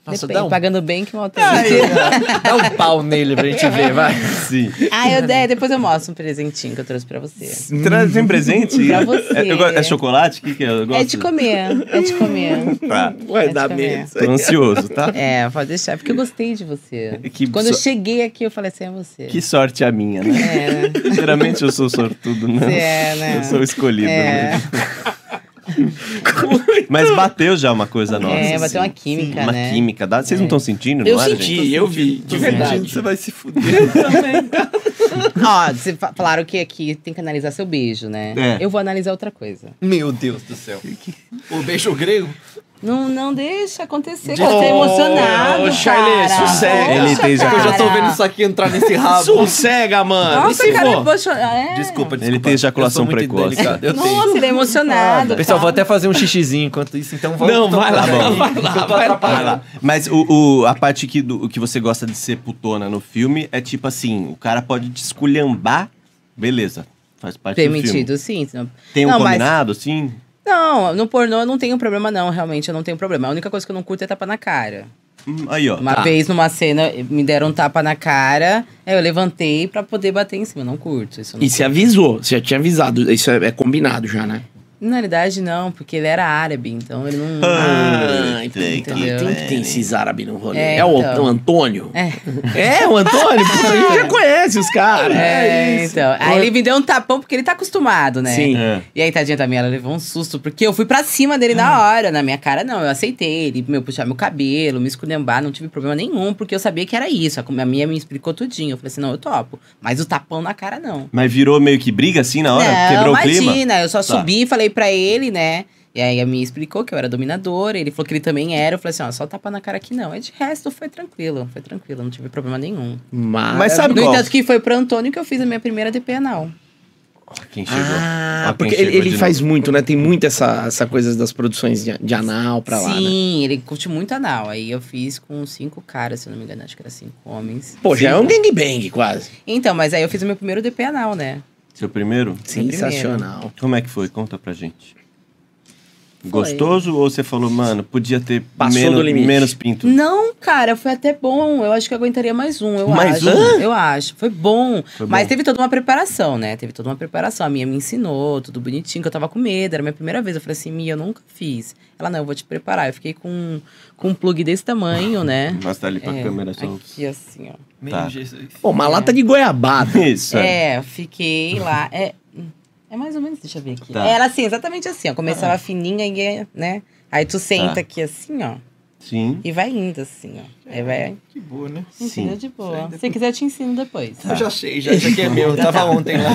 Nossa,
Depende,
dá um,
pagando bem que o hotel.
dá um pau nele pra gente ver, vai.
Sim.
Ah, eu, é, depois eu mostro um presentinho que eu trouxe pra você.
Traz tem presente?
Uhum. Pra você.
É, eu go- é chocolate? O que, que é? Eu gosto.
É de comer, é de comer.
Tá.
Vai
É
dar
de comer.
medo.
Tô ansioso, tá?
É, pode deixar, porque eu gostei de você.
É Que
Quando eu
so-
cheguei aqui, eu falei assim, é você.
Que sorte a minha, né?
É, né?
Geralmente eu sou sortudo, né?
Você é, né?
Eu sou o escolhido.
É.
né? Mas bateu já uma coisa nossa.
É, bateu
assim.
uma química,
Uma
né?
química. Dá- Vocês não estão sentindo?
Eu
não é, gente?
senti, eu vi. De verdade.
Você vai se fuder.
Ó, vocês fa- falaram que aqui tem que analisar seu beijo, né?
É.
Eu vou analisar outra coisa.
Meu Deus do céu. O beijo grego.
Não, não deixa acontecer, que eu tô emocionado,
ô, Charlie,
cara.
sossega.
Ele tem já-
Eu já tô
cara.
vendo isso aqui entrar nesse
Tá
rabo.
Sossega, mano. e
Nossa,
se
cara, eu
for?
vou chorar. É.
Desculpa, desculpa.
Ele tem ejaculação
Eu sou muito
precoce.
delicado, Eu tenho.
Nossa, ele é emocionado.
Pessoal,
tá?
vou até fazer um xixizinho enquanto isso, então vamos.
Não, vai lá,
Tá bom.
vai lá, vai lá.
Vai lá. Mas o, o- a parte que, do, o que você gosta de ser putona no filme é tipo assim, o cara pode te esculhambar, beleza, faz parte do filme.
Permitido, sim.
Tem um
não, mas-
combinado, assim?
Não, no pornô eu não tenho problema, não, realmente, eu não tenho problema. A única coisa que eu não curto é tapa na cara.
Hum, aí, ó.
Uma
tá.
vez numa cena, me deram um tapa na cara, aí eu levantei pra poder bater em cima. Eu não curto isso. eu Não...
E se avisou, você já tinha avisado. Isso é, é combinado já, né?
Na realidade, não, porque ele era árabe, então ele não.
Ah,
Ah,
tem
tem,
que-
tem que ter esses árabes no rolê. É,
É,
o,
então.
o Antônio?
É.
É, o Antônio? Puta, a gente já conhece os caras.
É, então. Aí
Olha-
ele me deu um tapão porque ele tá acostumado, né?
Sim.
É.
E aí, tadinha da minha, ela levou um susto, porque eu fui pra cima dele
Ah.
na hora, na minha cara não, eu aceitei ele, meu, puxar meu cabelo, me esculhambar, não tive problema nenhum, porque eu sabia que era isso, a minha minha me explicou tudinho, eu falei assim, não, eu topo, mas o tapão na cara não.
Mas virou meio que briga assim na hora?
não,
Quebrou
imagina,
o clima?
eu só
Tá.
subi e falei pra ele, né, e aí a minha explicou que eu era dominadora, ele falou que ele também era, eu falei assim, ó, só tapa na cara que não, e de resto foi tranquilo, foi tranquilo, não tive problema nenhum.
Mas...
Mas sabe
no
qual?
entanto que foi pro Antônio que eu fiz a minha primeira DP anal.
Quem chegou? Ó,
Ah,
quem
porque
chegou
ele, ele
de
faz muito, né? Tem muito essa, essa coisa das produções de, de anal pra lá, né?
Sim, ele curte muito anal. Aí eu fiz com cinco caras, se eu não me engano, acho que era cinco homens.
Pô, já é um gangbang quase.
Então, mas aí eu fiz o meu primeiro DP anal, né?
novo. Seu primeiro?
Sensacional.
Como é que foi? Conta pra gente. Gostoso ou você falou, mano, podia ter
Passou
menos,
do limite.
menos pinto?
Não, cara, foi até bom. Eu acho que eu aguentaria mais um, eu
Mais
acho.
um?
Eu acho. Foi bom.
Foi
mas
bom.
teve toda uma preparação, né? Teve toda uma preparação. A minha me ensinou, tudo bonitinho, que eu tava com medo. Era a minha primeira vez. Eu falei assim, Mia, eu nunca fiz. Ela, não, eu vou te preparar. Eu fiquei com, com um plug desse tamanho, né?
Mas tá ali pra
É,
câmera só.
Aqui, assim, ó.
Meu
Tá.
Jesus.
Pô, uma lata de goiabada.
Isso, é.
É, eu fiquei lá. É, é mais ou menos, deixa eu ver aqui.
Tá.
Era assim, exatamente assim, ó. Começava fininha e, é, né? Aí tu senta
Tá.
aqui assim, ó.
Sim.
E vai indo assim, ó. Aí vai.
Que boa, né?
Entendeu
Sim.
de boa. Se quiser, eu te ensino depois.
Eu já sei, já, isso aqui é meu. eu Tava ontem lá.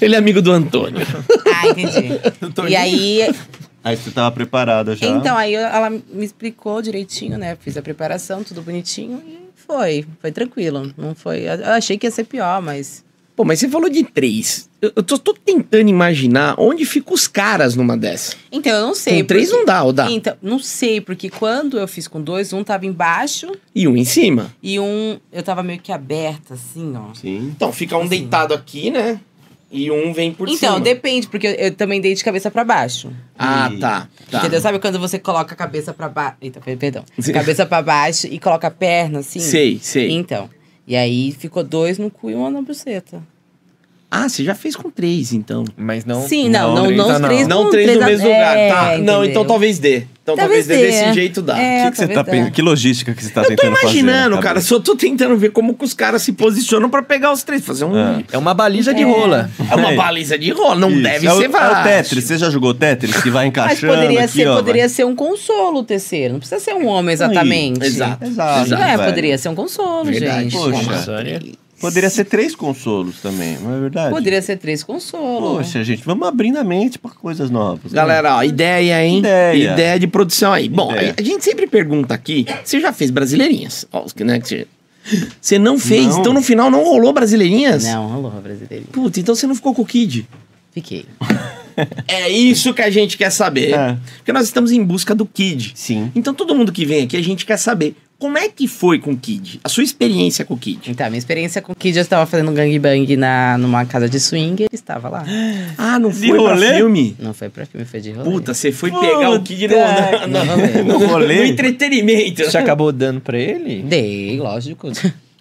Ele é amigo do Antônio.
Ah, entendi.
Eu tô
e
indo.
aí,
Aí você tava preparada já.
então, aí eu- ela me explicou direitinho, né? Fiz a preparação, tudo bonitinho e foi. Foi tranquilo. Não foi. Eu achei que ia ser pior, mas.
Pô, mas você falou de três. Eu, eu tô, tô tentando imaginar onde ficam os caras numa dessa.
Então, eu não sei.
com três
porque-
não dá, ou dá?
Então, não sei, porque quando eu fiz com dois, um tava embaixo
E um em cima.
E um, eu tava meio que aberta, assim, ó.
Sim.
Então, fica um deitado aqui, né? E um vem por
então, depende, porque eu, eu também dei de cabeça pra baixo.
Ah, tá. tá.
Entendeu? Assim, Sabe quando você coloca a cabeça pra baixo. Eita, per- perdão.
Sim.
Cabeça pra baixo e coloca a perna, assim?
Sei, sei.
Então. E aí ficou dois no cu e uma na um buceta.
Ah, você já fez com três, então.
Mas não.
Sim, não, não, não, os
tá,
três
Não
com
três no
a-
mesmo
é,
lugar, tá? Não,
entendeu?
então talvez dê. Então talvez,
Talvez
dê,
dê,
desse
é.
jeito dá.
É,
que, que você tá
talvez dá.
pensando? Que logística que você tá
Eu tô
tentando fazer?
imaginando,
na
cara.
cabeça?
Só tô tentando ver como que os caras se posicionam pra pegar os três. Fazer um...
É.
É uma balija de
É.
rola.
É uma
É.
baliza de rola, não
Isso.
deve
é o,
ser
É o
vasto.
Tetris. Você já jogou Tetris? Que vai
Mas
encaixando
poderia,
aqui,
ser,
ó. vai-
poderia ser um consolo tecer. Não precisa ser um homem exatamente.
Exato.
Exato.
Não é,
velho.
poderia ser um consolo,
Verdade.
gente.
Poxa.
Nossa, olha.
Poderia ser três consolos também, não é verdade?
Poderia ser um três consolos.
Poxa, gente, vamos abrindo a mente pra coisas novas. né?
Galera, ó, ideia, hein?
Ideia.
de produção aí. Bom,
Ideia.
a, a gente sempre pergunta aqui, você já fez brasileirinhas? Ó, os que, né, que você... você não fez,
Não.
então no final não rolou brasileirinhas?
Não, alô, brasileiro.
Puta, então você não ficou com o Kid.
Fiquei.
É isso que a gente quer saber.
É.
Porque nós estamos em busca do Kid.
Sim.
Então todo mundo que vem aqui, a gente quer saber como é que foi com o Kid, a sua experiência com o Kid.
Então, minha experiência com o Kid, eu estava fazendo um gangbang na, numa casa de swing, ele estava lá.
Ah, não
É. De
foi pra
rolê?
filme?
Não foi pra filme, foi de rolê.
Puta, você foi pegar o Kid no, na- na-
Puta.
no-
No rolê?
no entretenimento.
Você acabou dando pra ele?
Dei, lógico.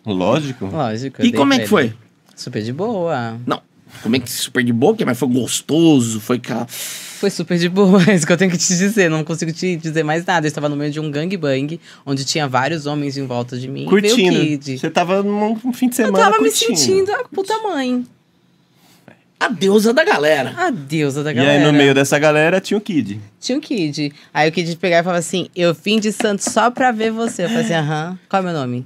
Lógico.
lógico. eu
E
dei
como é
pra
que foi?
ele. Super de boa.
Não. Como é que super de boca, mas foi gostoso, foi aquela...
Foi super de boa, é isso que eu tenho que te dizer. Não consigo te dizer mais nada. Eu estava no meio de um gangbang, onde tinha vários homens em volta de mim. e veio o
Curtindo.
Kid.
Você tava num num fim de
Eu
semana.
tava me
curtindo.
sentindo a puta mãe.
A deusa da galera.
A deusa da
E
galera.
aí, no meio dessa galera, tinha o Kid.
Tinha um Kid. Aí o Kid pegava e falava assim: Eu vim de Santos só pra ver você. Eu falei assim: Aham, qual é meu nome?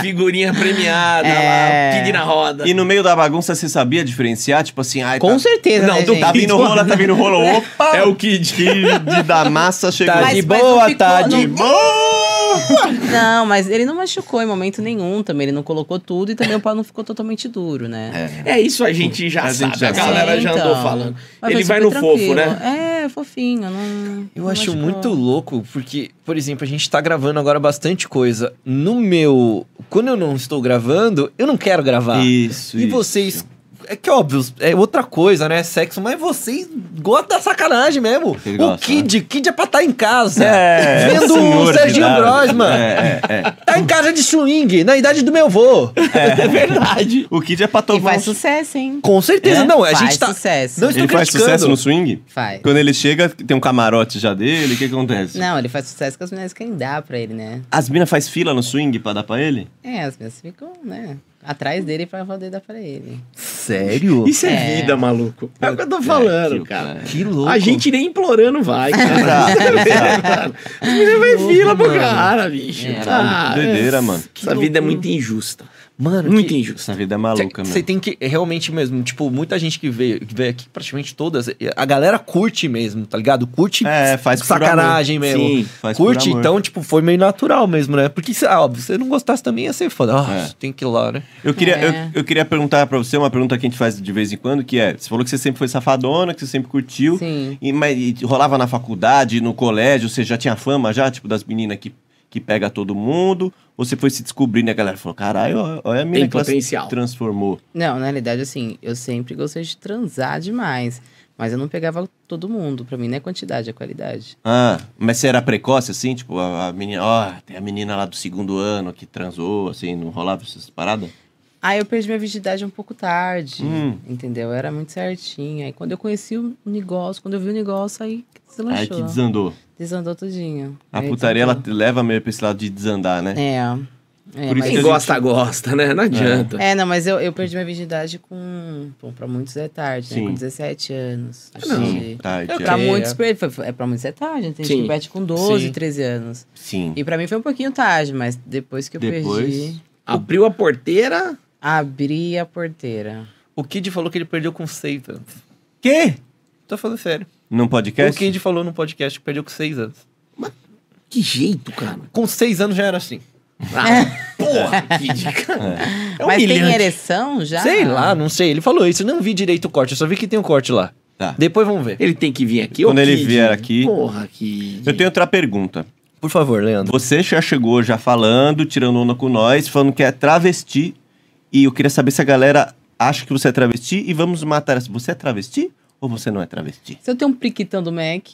Figurinha premiada
É.
lá, o Kid na roda.
E no meio da bagunça, você sabia diferenciar? Tipo assim, ai,
Com
tá,
certeza,
Não,
né,
do
gente?
tá vindo rola, tá vindo rola. Opa!
É o Kid.
Kid da massa chegou.
Tá
Mas-
de
mas
boa,
não ficou,
tá
não-
de
Boa!
Não, mas ele não machucou em momento nenhum também. Ele não colocou tudo e também o pau não ficou totalmente duro, né?
É isso a gente já
A gente
sabe.
já
a galera
É,
já
então.
andou falando.
Mas
Ele
foi
vai no
super
fofo,
tranquilo.
né?
É, fofinho. Não,
Eu
não
acho
machucou.
muito louco, porque, por exemplo, a gente tá gravando agora bastante coisa. No meu. Quando eu não estou gravando, eu não quero gravar.
Isso,
e
isso.
vocês. É que óbvio, é outra coisa, né? Sexo, mas vocês gostam da sacanagem mesmo.
Vocês
o
gostam, né?
Kid, Kid é pra estar em casa.
É,
um
é
vendo o,
senhor de
Serginho
idade.
Brosman.
É, é, é.
Tá em casa de swing, na idade do meu vô.
É verdade.
O Kid é pra
E
tomar
faz
um...
sucesso, hein?
Com certeza,
É,
não. A
faz
gente tá.
sucesso.
Não estou
Ele faz
criticando.
sucesso no swing?
Faz.
Quando ele chega, tem um camarote já dele, o que acontece?
Não, ele faz sucesso que as mulheres querem dar pra ele, né?
As minas faz fila no swing pra dar pra ele?
É, as mulheres ficam, né? Atrás dele pra poder dar pra ele.
Sério?
Isso é,
É.
vida, maluco. É o que eu tô
É,
falando,
que-
cara.
Que louco.
A gente nem implorando vai, cara.
Exato, exato.
As meninas vai
louco,
fila pro
mano.
cara, bicho. Ah,
Doideira, mano.
Essa vida é muito injusta.
Mano,
Muito
que-
injusta.
Essa vida é maluca,
Você
mano.
tem que, é realmente mesmo, tipo, muita gente que veio, que veio aqui, praticamente todas, a galera curte mesmo, tá ligado? Curte
É, faz por
sacanagem mesmo.
Sim,
faz por
curte,
amor.
então, tipo, foi meio natural mesmo, né? Porque, se- ah, óbvio, se você não gostasse também ia ser foda. Ah,
É.
você tem que ir lá, né?
Eu queria,
É.
eu, eu queria perguntar pra você uma pergunta que a gente faz de vez em quando, que é: você falou que você sempre foi safadona, que você sempre curtiu.
Sim.
E, mas, e rolava na faculdade, no colégio, você já tinha fama já, tipo, das meninas que, que pega todo mundo? Ou você foi se descobrindo e a galera falou: caralho, ó, olha a menina
Tem
que ela se
potencial.
transformou.
Não, na realidade, assim, eu sempre gostei de transar demais. Mas eu não pegava todo mundo. Pra mim não é quantidade, é qualidade.
Ah, mas você era precoce, assim? Tipo, a, a menina, ó, tem a menina lá do segundo ano que transou, assim, não rolava essas paradas?
Aí eu perdi minha virgindade um pouco tarde,
Hum.
entendeu? Eu era muito certinha. Aí quando eu conheci o negócio, quando eu vi o negócio, aí que deslanchou.
Aí que desandou.
Desandou tudinho.
A
Aí
putaria, ela
É, desandou.
te leva meio pra esse lado de desandar, né?
É. é
Por isso
mas-
que
Quem
gente-
gosta, gosta, né? Não adianta.
É, não, mas eu, eu perdi minha virgindade com. Bom, pra muitos é tarde, né?
Sim.
Com 17 anos.
Sim,
Sim.
tá,
Eu
já-
Pra
Ok,
muitos,
é.
per- foi- foi- é pra muitos é tarde, né? tem gente
Sim.
que bate com 12,
Sim.
13 anos.
Sim.
E pra mim foi um pouquinho tarde, mas depois que eu
Depois?
perdi,
Abriu a porteira.
abri a porteira.
O Kid falou que ele perdeu com seis anos.
Quê?
Tô falando sério.
Num
O
podcast?
Kid falou no podcast que perdeu com seis anos.
Que jeito, cara.
Com seis anos já era assim.
Ah, porra, que dica. É
É. mas tem
humilhante.
ereção já?
Sei lá, não sei. Ele falou isso, eu não vi direito o corte, eu só vi que tem o corte lá.
Tá.
Depois vamos ver.
Ele tem que vir aqui.
Quando
ô,
ele
Kid.
vier aqui-
Porra, que.
Eu tenho outra pergunta.
Por favor, Leandro.
Você já chegou já falando, tirando onda com nós, falando que é travesti. E eu queria saber se a galera acha que você é travesti e vamos matar essa. Você é travesti ou você não é travesti?
Se eu tenho um priquitão do Mac,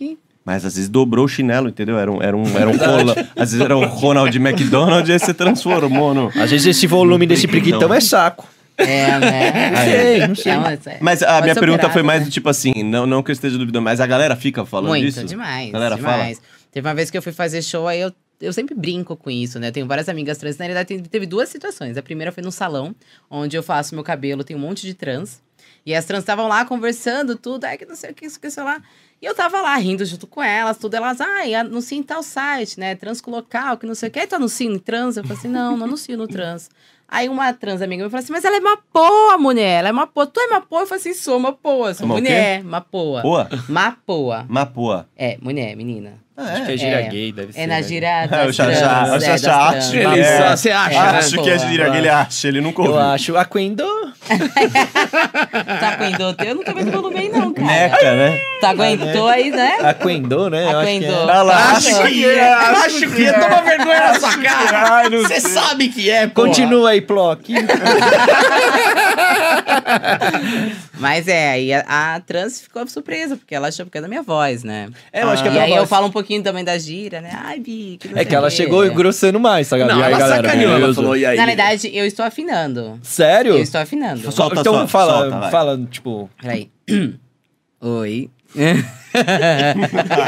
Mas às vezes dobrou o chinelo, entendeu? Era um, era um, era um cola, às vezes era um Ronald McDonald, aí você transformou no.
Às vezes esse volume desse
Preguição.
preguitão é saco.
É, né?
Não sei, não sei.
Então, essa-
Mas é. a
pode
minha
ser
pergunta
operado,
foi mais
né?
do tipo assim, não, não que eu esteja duvidando, mas a galera fica falando
Muito,
disso?
demais.
Galera, fala.
demais. Teve uma vez que eu fui fazer show, aí eu, eu sempre brinco com isso, né? Eu tenho várias amigas trans. Na realidade, tem- teve duas situações. A primeira foi num salão, onde eu faço meu cabelo, tem um monte de trans. E as trans estavam lá conversando, tudo, ai, que não sei o que, isso que, sei lá. E eu tava lá rindo junto com elas, tudo. Elas, ai, anuncia em tal site, né? Transcolocal, que não sei o que. Aí tu anuncia em trans? Eu falei assim, não, não anuncio no trans. Aí uma trans amiga me falou assim, mas ela é uma poa, mulher. Ela é uma poa. Tu é uma poa? Eu falei assim, sou uma poa. Sou
Uma o quê?
mulher, uma poa.
Boa,
Mapoa.
mapoa.
É, mulher, menina.
Acho que é gíria gay, deve ser.
É na
né?
gira
Ah, o
das
Xaxá,
trans,
o
é, das
Xaxá
trans.
acha ele
É,
só-
você acha,
é,
acho que é
boa.
gíria, ele acha, ele nunca
Eu
ouviu.
Ah, acho. Aquendo.
Tá aguentou, eu nunca mais volumei não, cara.
Neca, né?
Tá aguentou aí, né?
Aquendo, né? Eu acho que é.
Aquendo.
Olha lá,
Acho que é, acho que é. Toma vergonha na sua
é.
cara.
Ai, não
Você sabe que é, pô.
Continua aí, Plock.
Mas é, aí a, a trans ficou surpresa, porque ela achou porque é da minha voz, né?
É, eu acho que é
e
pela
aí eu
voz.
falo um pouquinho também da gira, né? Ai, Bi, que não
É
sei
que ela
quê.
chegou engrossando mais, sabe?
Não,
E aí,
ela
galera,
sacaneou, ela
beleza.
falou, e aí?
Na verdade, eu estou afinando.
Sério?
Eu estou afinando.
Só- Solta,
então
solta,
fala,
solta, vai.
fala, tipo.
Peraí. Oi.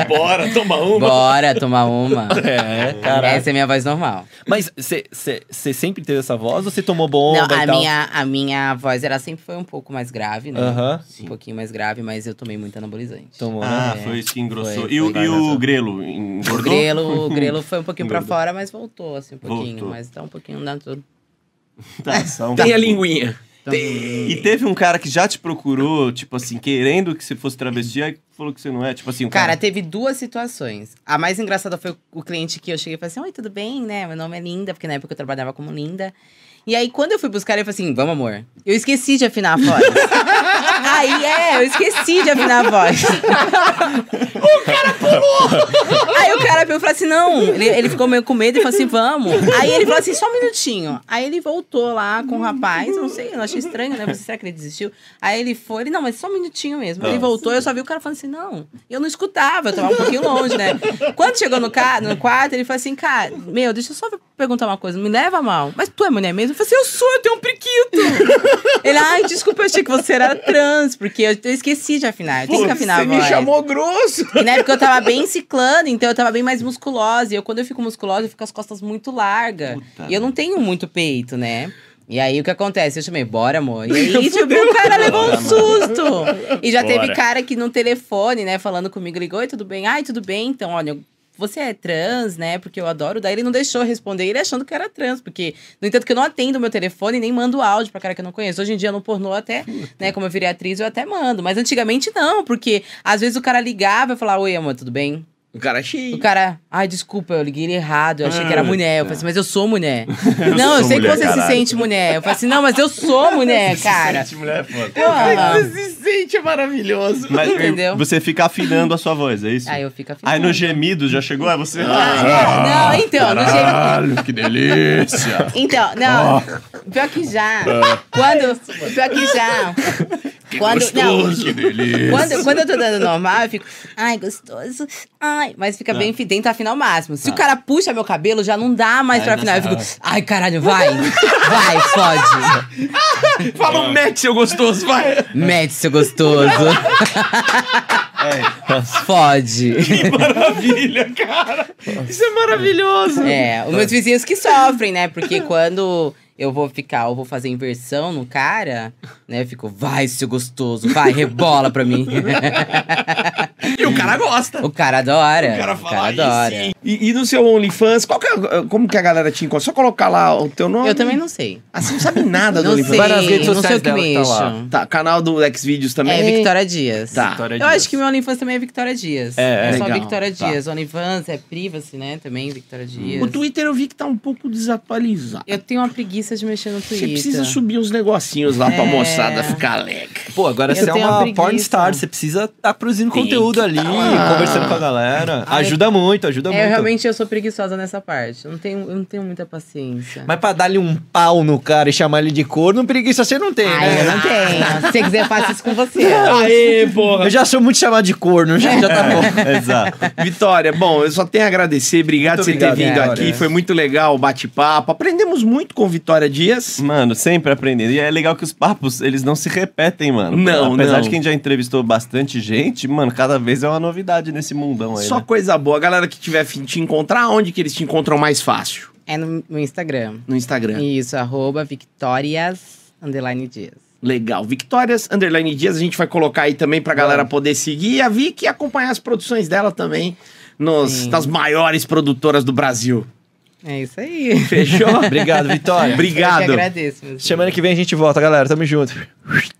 Bora, toma uma.
Bora tomar uma.
É, caralho.
Essa é minha voz normal.
Mas você sempre teve essa voz ou você tomou bomba
Não,
e
a
tal?
minha, a minha voz era sempre foi um pouco mais grave, né?
Aham.
Um pouquinho mais grave, mas eu tomei muito anabolizante.
Tomou, né?
Ah,
É.
foi isso que engrossou.
Foi,
e o,
foi.
e o grelo, engordou?
O grelo, o grelo foi um pouquinho pra
Engordou.
fora, mas voltou, assim, um pouquinho.
Voltou.
Mas tá um pouquinho dentro.
Tá, só um-
Tem a linguinha.
Então,
Tem.
E teve um cara que já te procurou, tipo assim, querendo que você fosse travesti, aí falou que você não é. Tipo
Tá.
assim, o
Cara,
cara.
teve duas situações. A mais engraçada foi o cliente que eu cheguei e falei assim: Oi, tudo bem, né? Meu nome é Linda, porque na época eu trabalhava como Linda. E aí, quando eu fui buscar, ele falou assim: Vamos, amor. Eu esqueci de afinar a voz. aí, é, eu esqueci de afinar a voz. o cara pulou! aí o cara veio e falou assim: Não. Ele, ele ficou meio com medo e falou assim: Vamos. Aí ele falou assim: Só um minutinho. Aí ele voltou lá com o rapaz, eu não sei, eu achei estranho, né? Você será que ele desistiu? Aí ele foi, ele, não, mas só um minutinho mesmo. Ele
Ah.
voltou, eu só vi o cara falando assim, não, eu não escutava, eu tava um pouquinho longe, né? Quando chegou no, ca no quarto, ele falou assim, cara, meu, deixa eu só perguntar uma coisa, me leva mal, mas tu é mulher mesmo? Eu falei assim, eu sou, eu tenho um priquito. ele, ai, desculpa, eu achei que você era trans, porque eu, eu esqueci de afinar, eu tenho que afinar a
Você me
voz.
chamou grosso.
E na época né? eu tava bem ciclando, então eu tava bem mais musculosa. E eu, quando eu fico musculosa, eu fico com as costas muito largas.
Puta
E eu não tenho muito peito, né? E aí o que acontece? Eu chamei, bora, amor. E aí, tipo, o cara levou um susto. E já teve
Bora.
cara que no telefone, né, falando comigo, ligou, oi, tudo bem? Ai, tudo bem, então, olha. eu- Você é trans, né? Porque eu adoro. Daí ele não deixou eu responder, ele achando que eu era trans. Porque, no entanto, que eu não atendo o meu telefone nem mando áudio pra cara que eu não conheço. Hoje em dia, no pornô, até né? Como eu virei atriz, eu até mando. Mas antigamente não, porque às vezes o cara ligava e falava, oi, amor, tudo bem?
O cara é
O
cheio.
cara, ai, desculpa, eu liguei ele errado, eu achei que era
Ah,
mulher.
tá.
Eu falei assim, mas eu sou mulher. não, eu
sou
sei
mulher,
que você
caralho.
se sente mulher. Eu falei assim, não, mas eu sou mulher, cara.
mulher, é foda.
Pô,
Você se sente maravilhoso.
Mas
Entendeu?
você fica afinando a sua voz, é isso?
Aí eu fico afim.
Aí no gemido já chegou, é você.
Ah, não, então, no gemido-
Caralho, que delícia! Ah.
Então, não. Pior que já. Quando. Pior que já. Quando,
gostoso,
não, quando, quando eu tô dando normal, eu fico, ai, gostoso, ai, mas fica
Ah.
bem fi- tenta afinar o máximo. Se o cara puxa meu cabelo, já não dá mais pra
Aí já
afinar. Eu fico,
ah.
ai, caralho, vai, vai, fode,
Fala
é.
um match, seu gostoso, vai.
mete seu gostoso,
É,
fode.
Maravilha, cara. Isso é maravilhoso.
É, os meus vizinhos que sofrem, né, porque quando... Eu vou ficar, eu vou fazer inversão no cara, né? Eu fico, vai, seu gostoso, vai, rebola pra mim.
E o cara gosta.
O cara adora.
É, O cara fala "Aí
adora.
sim." E, e no seu OnlyFans, qual que é- como que a galera te encontra? Só colocar lá o teu nome.
Eu também não sei.
Ah, você não sabe nada do
Não
OnlyFans.
sei,
Vai nas redes
não sei
sociais
o que
dela que
me
tá
encho.
lá.
Tá, canal do Xvideos também.
É Victoria Dias.
Tá.
Vitória
Eu
Dias.
acho que meu OnlyFans também é Victoria Dias.
É,
é,
só
legal.
Victoria
Tá. Hum.
Dias. OnlyFans é Privacy, né? Também Victoria Dias.
O Twitter eu vi que tá um pouco desatualizado.
Eu tenho uma preguiça de mexer no Twitter.
Você precisa subir uns negocinhos lá pra
É.
moçada ficar alegre.
Pô, agora
Eu
você é
tenho uma
uma
preguiça.
porn star, você precisa estar produzindo
Tem que
conteúdo ali,
aqui, conversando com a galera. Ajuda muito, ajuda
É, eu
muito.
realmente eu sou preguiçosa nessa parte. Eu não tenho, eu não tenho muita paciência.
Mas pra dar-lhe um pau no cara e chamar ele de corno, um preguiça você não tem,
é,
Ai,
né?
eu não tenho. Se você quiser, eu faço isso com você.
Aê, porra!
Eu já sou muito chamado de corno, já, já tá bom.
Exato.
Vitória, bom, eu só tenho a agradecer. Obrigado por você
Muito
ter
obrigado,
vindo
Vitória.
aqui. Foi muito legal o bate-papo. Aprendemos muito com Vitória Dias.
Mano, sempre aprendendo. E é legal que os papos, eles não se repetem, mano.
Não,
Apesar
não.
de que a gente já entrevistou bastante gente, mano, cada vez é uma novidade nesse mundão aí,
Só
né?
coisa boa. A galera que tiver afim de te encontrar, onde que eles te encontram mais fácil?
É no, no Instagram.
No Instagram.
Isso, arroba Victorias Underline Dias.
Legal. Vitórias, underline Dias, a gente vai colocar aí também pra galera poder seguir e a Vic e acompanhar as produções dela também nos,
Sim.
nas maiores produtoras do Brasil.
É isso aí.
Fechou?
Obrigado, Vitória.
Eu que
Obrigado.
agradeço. meu senhor.
Semana que vem a gente volta, galera. Tamo junto.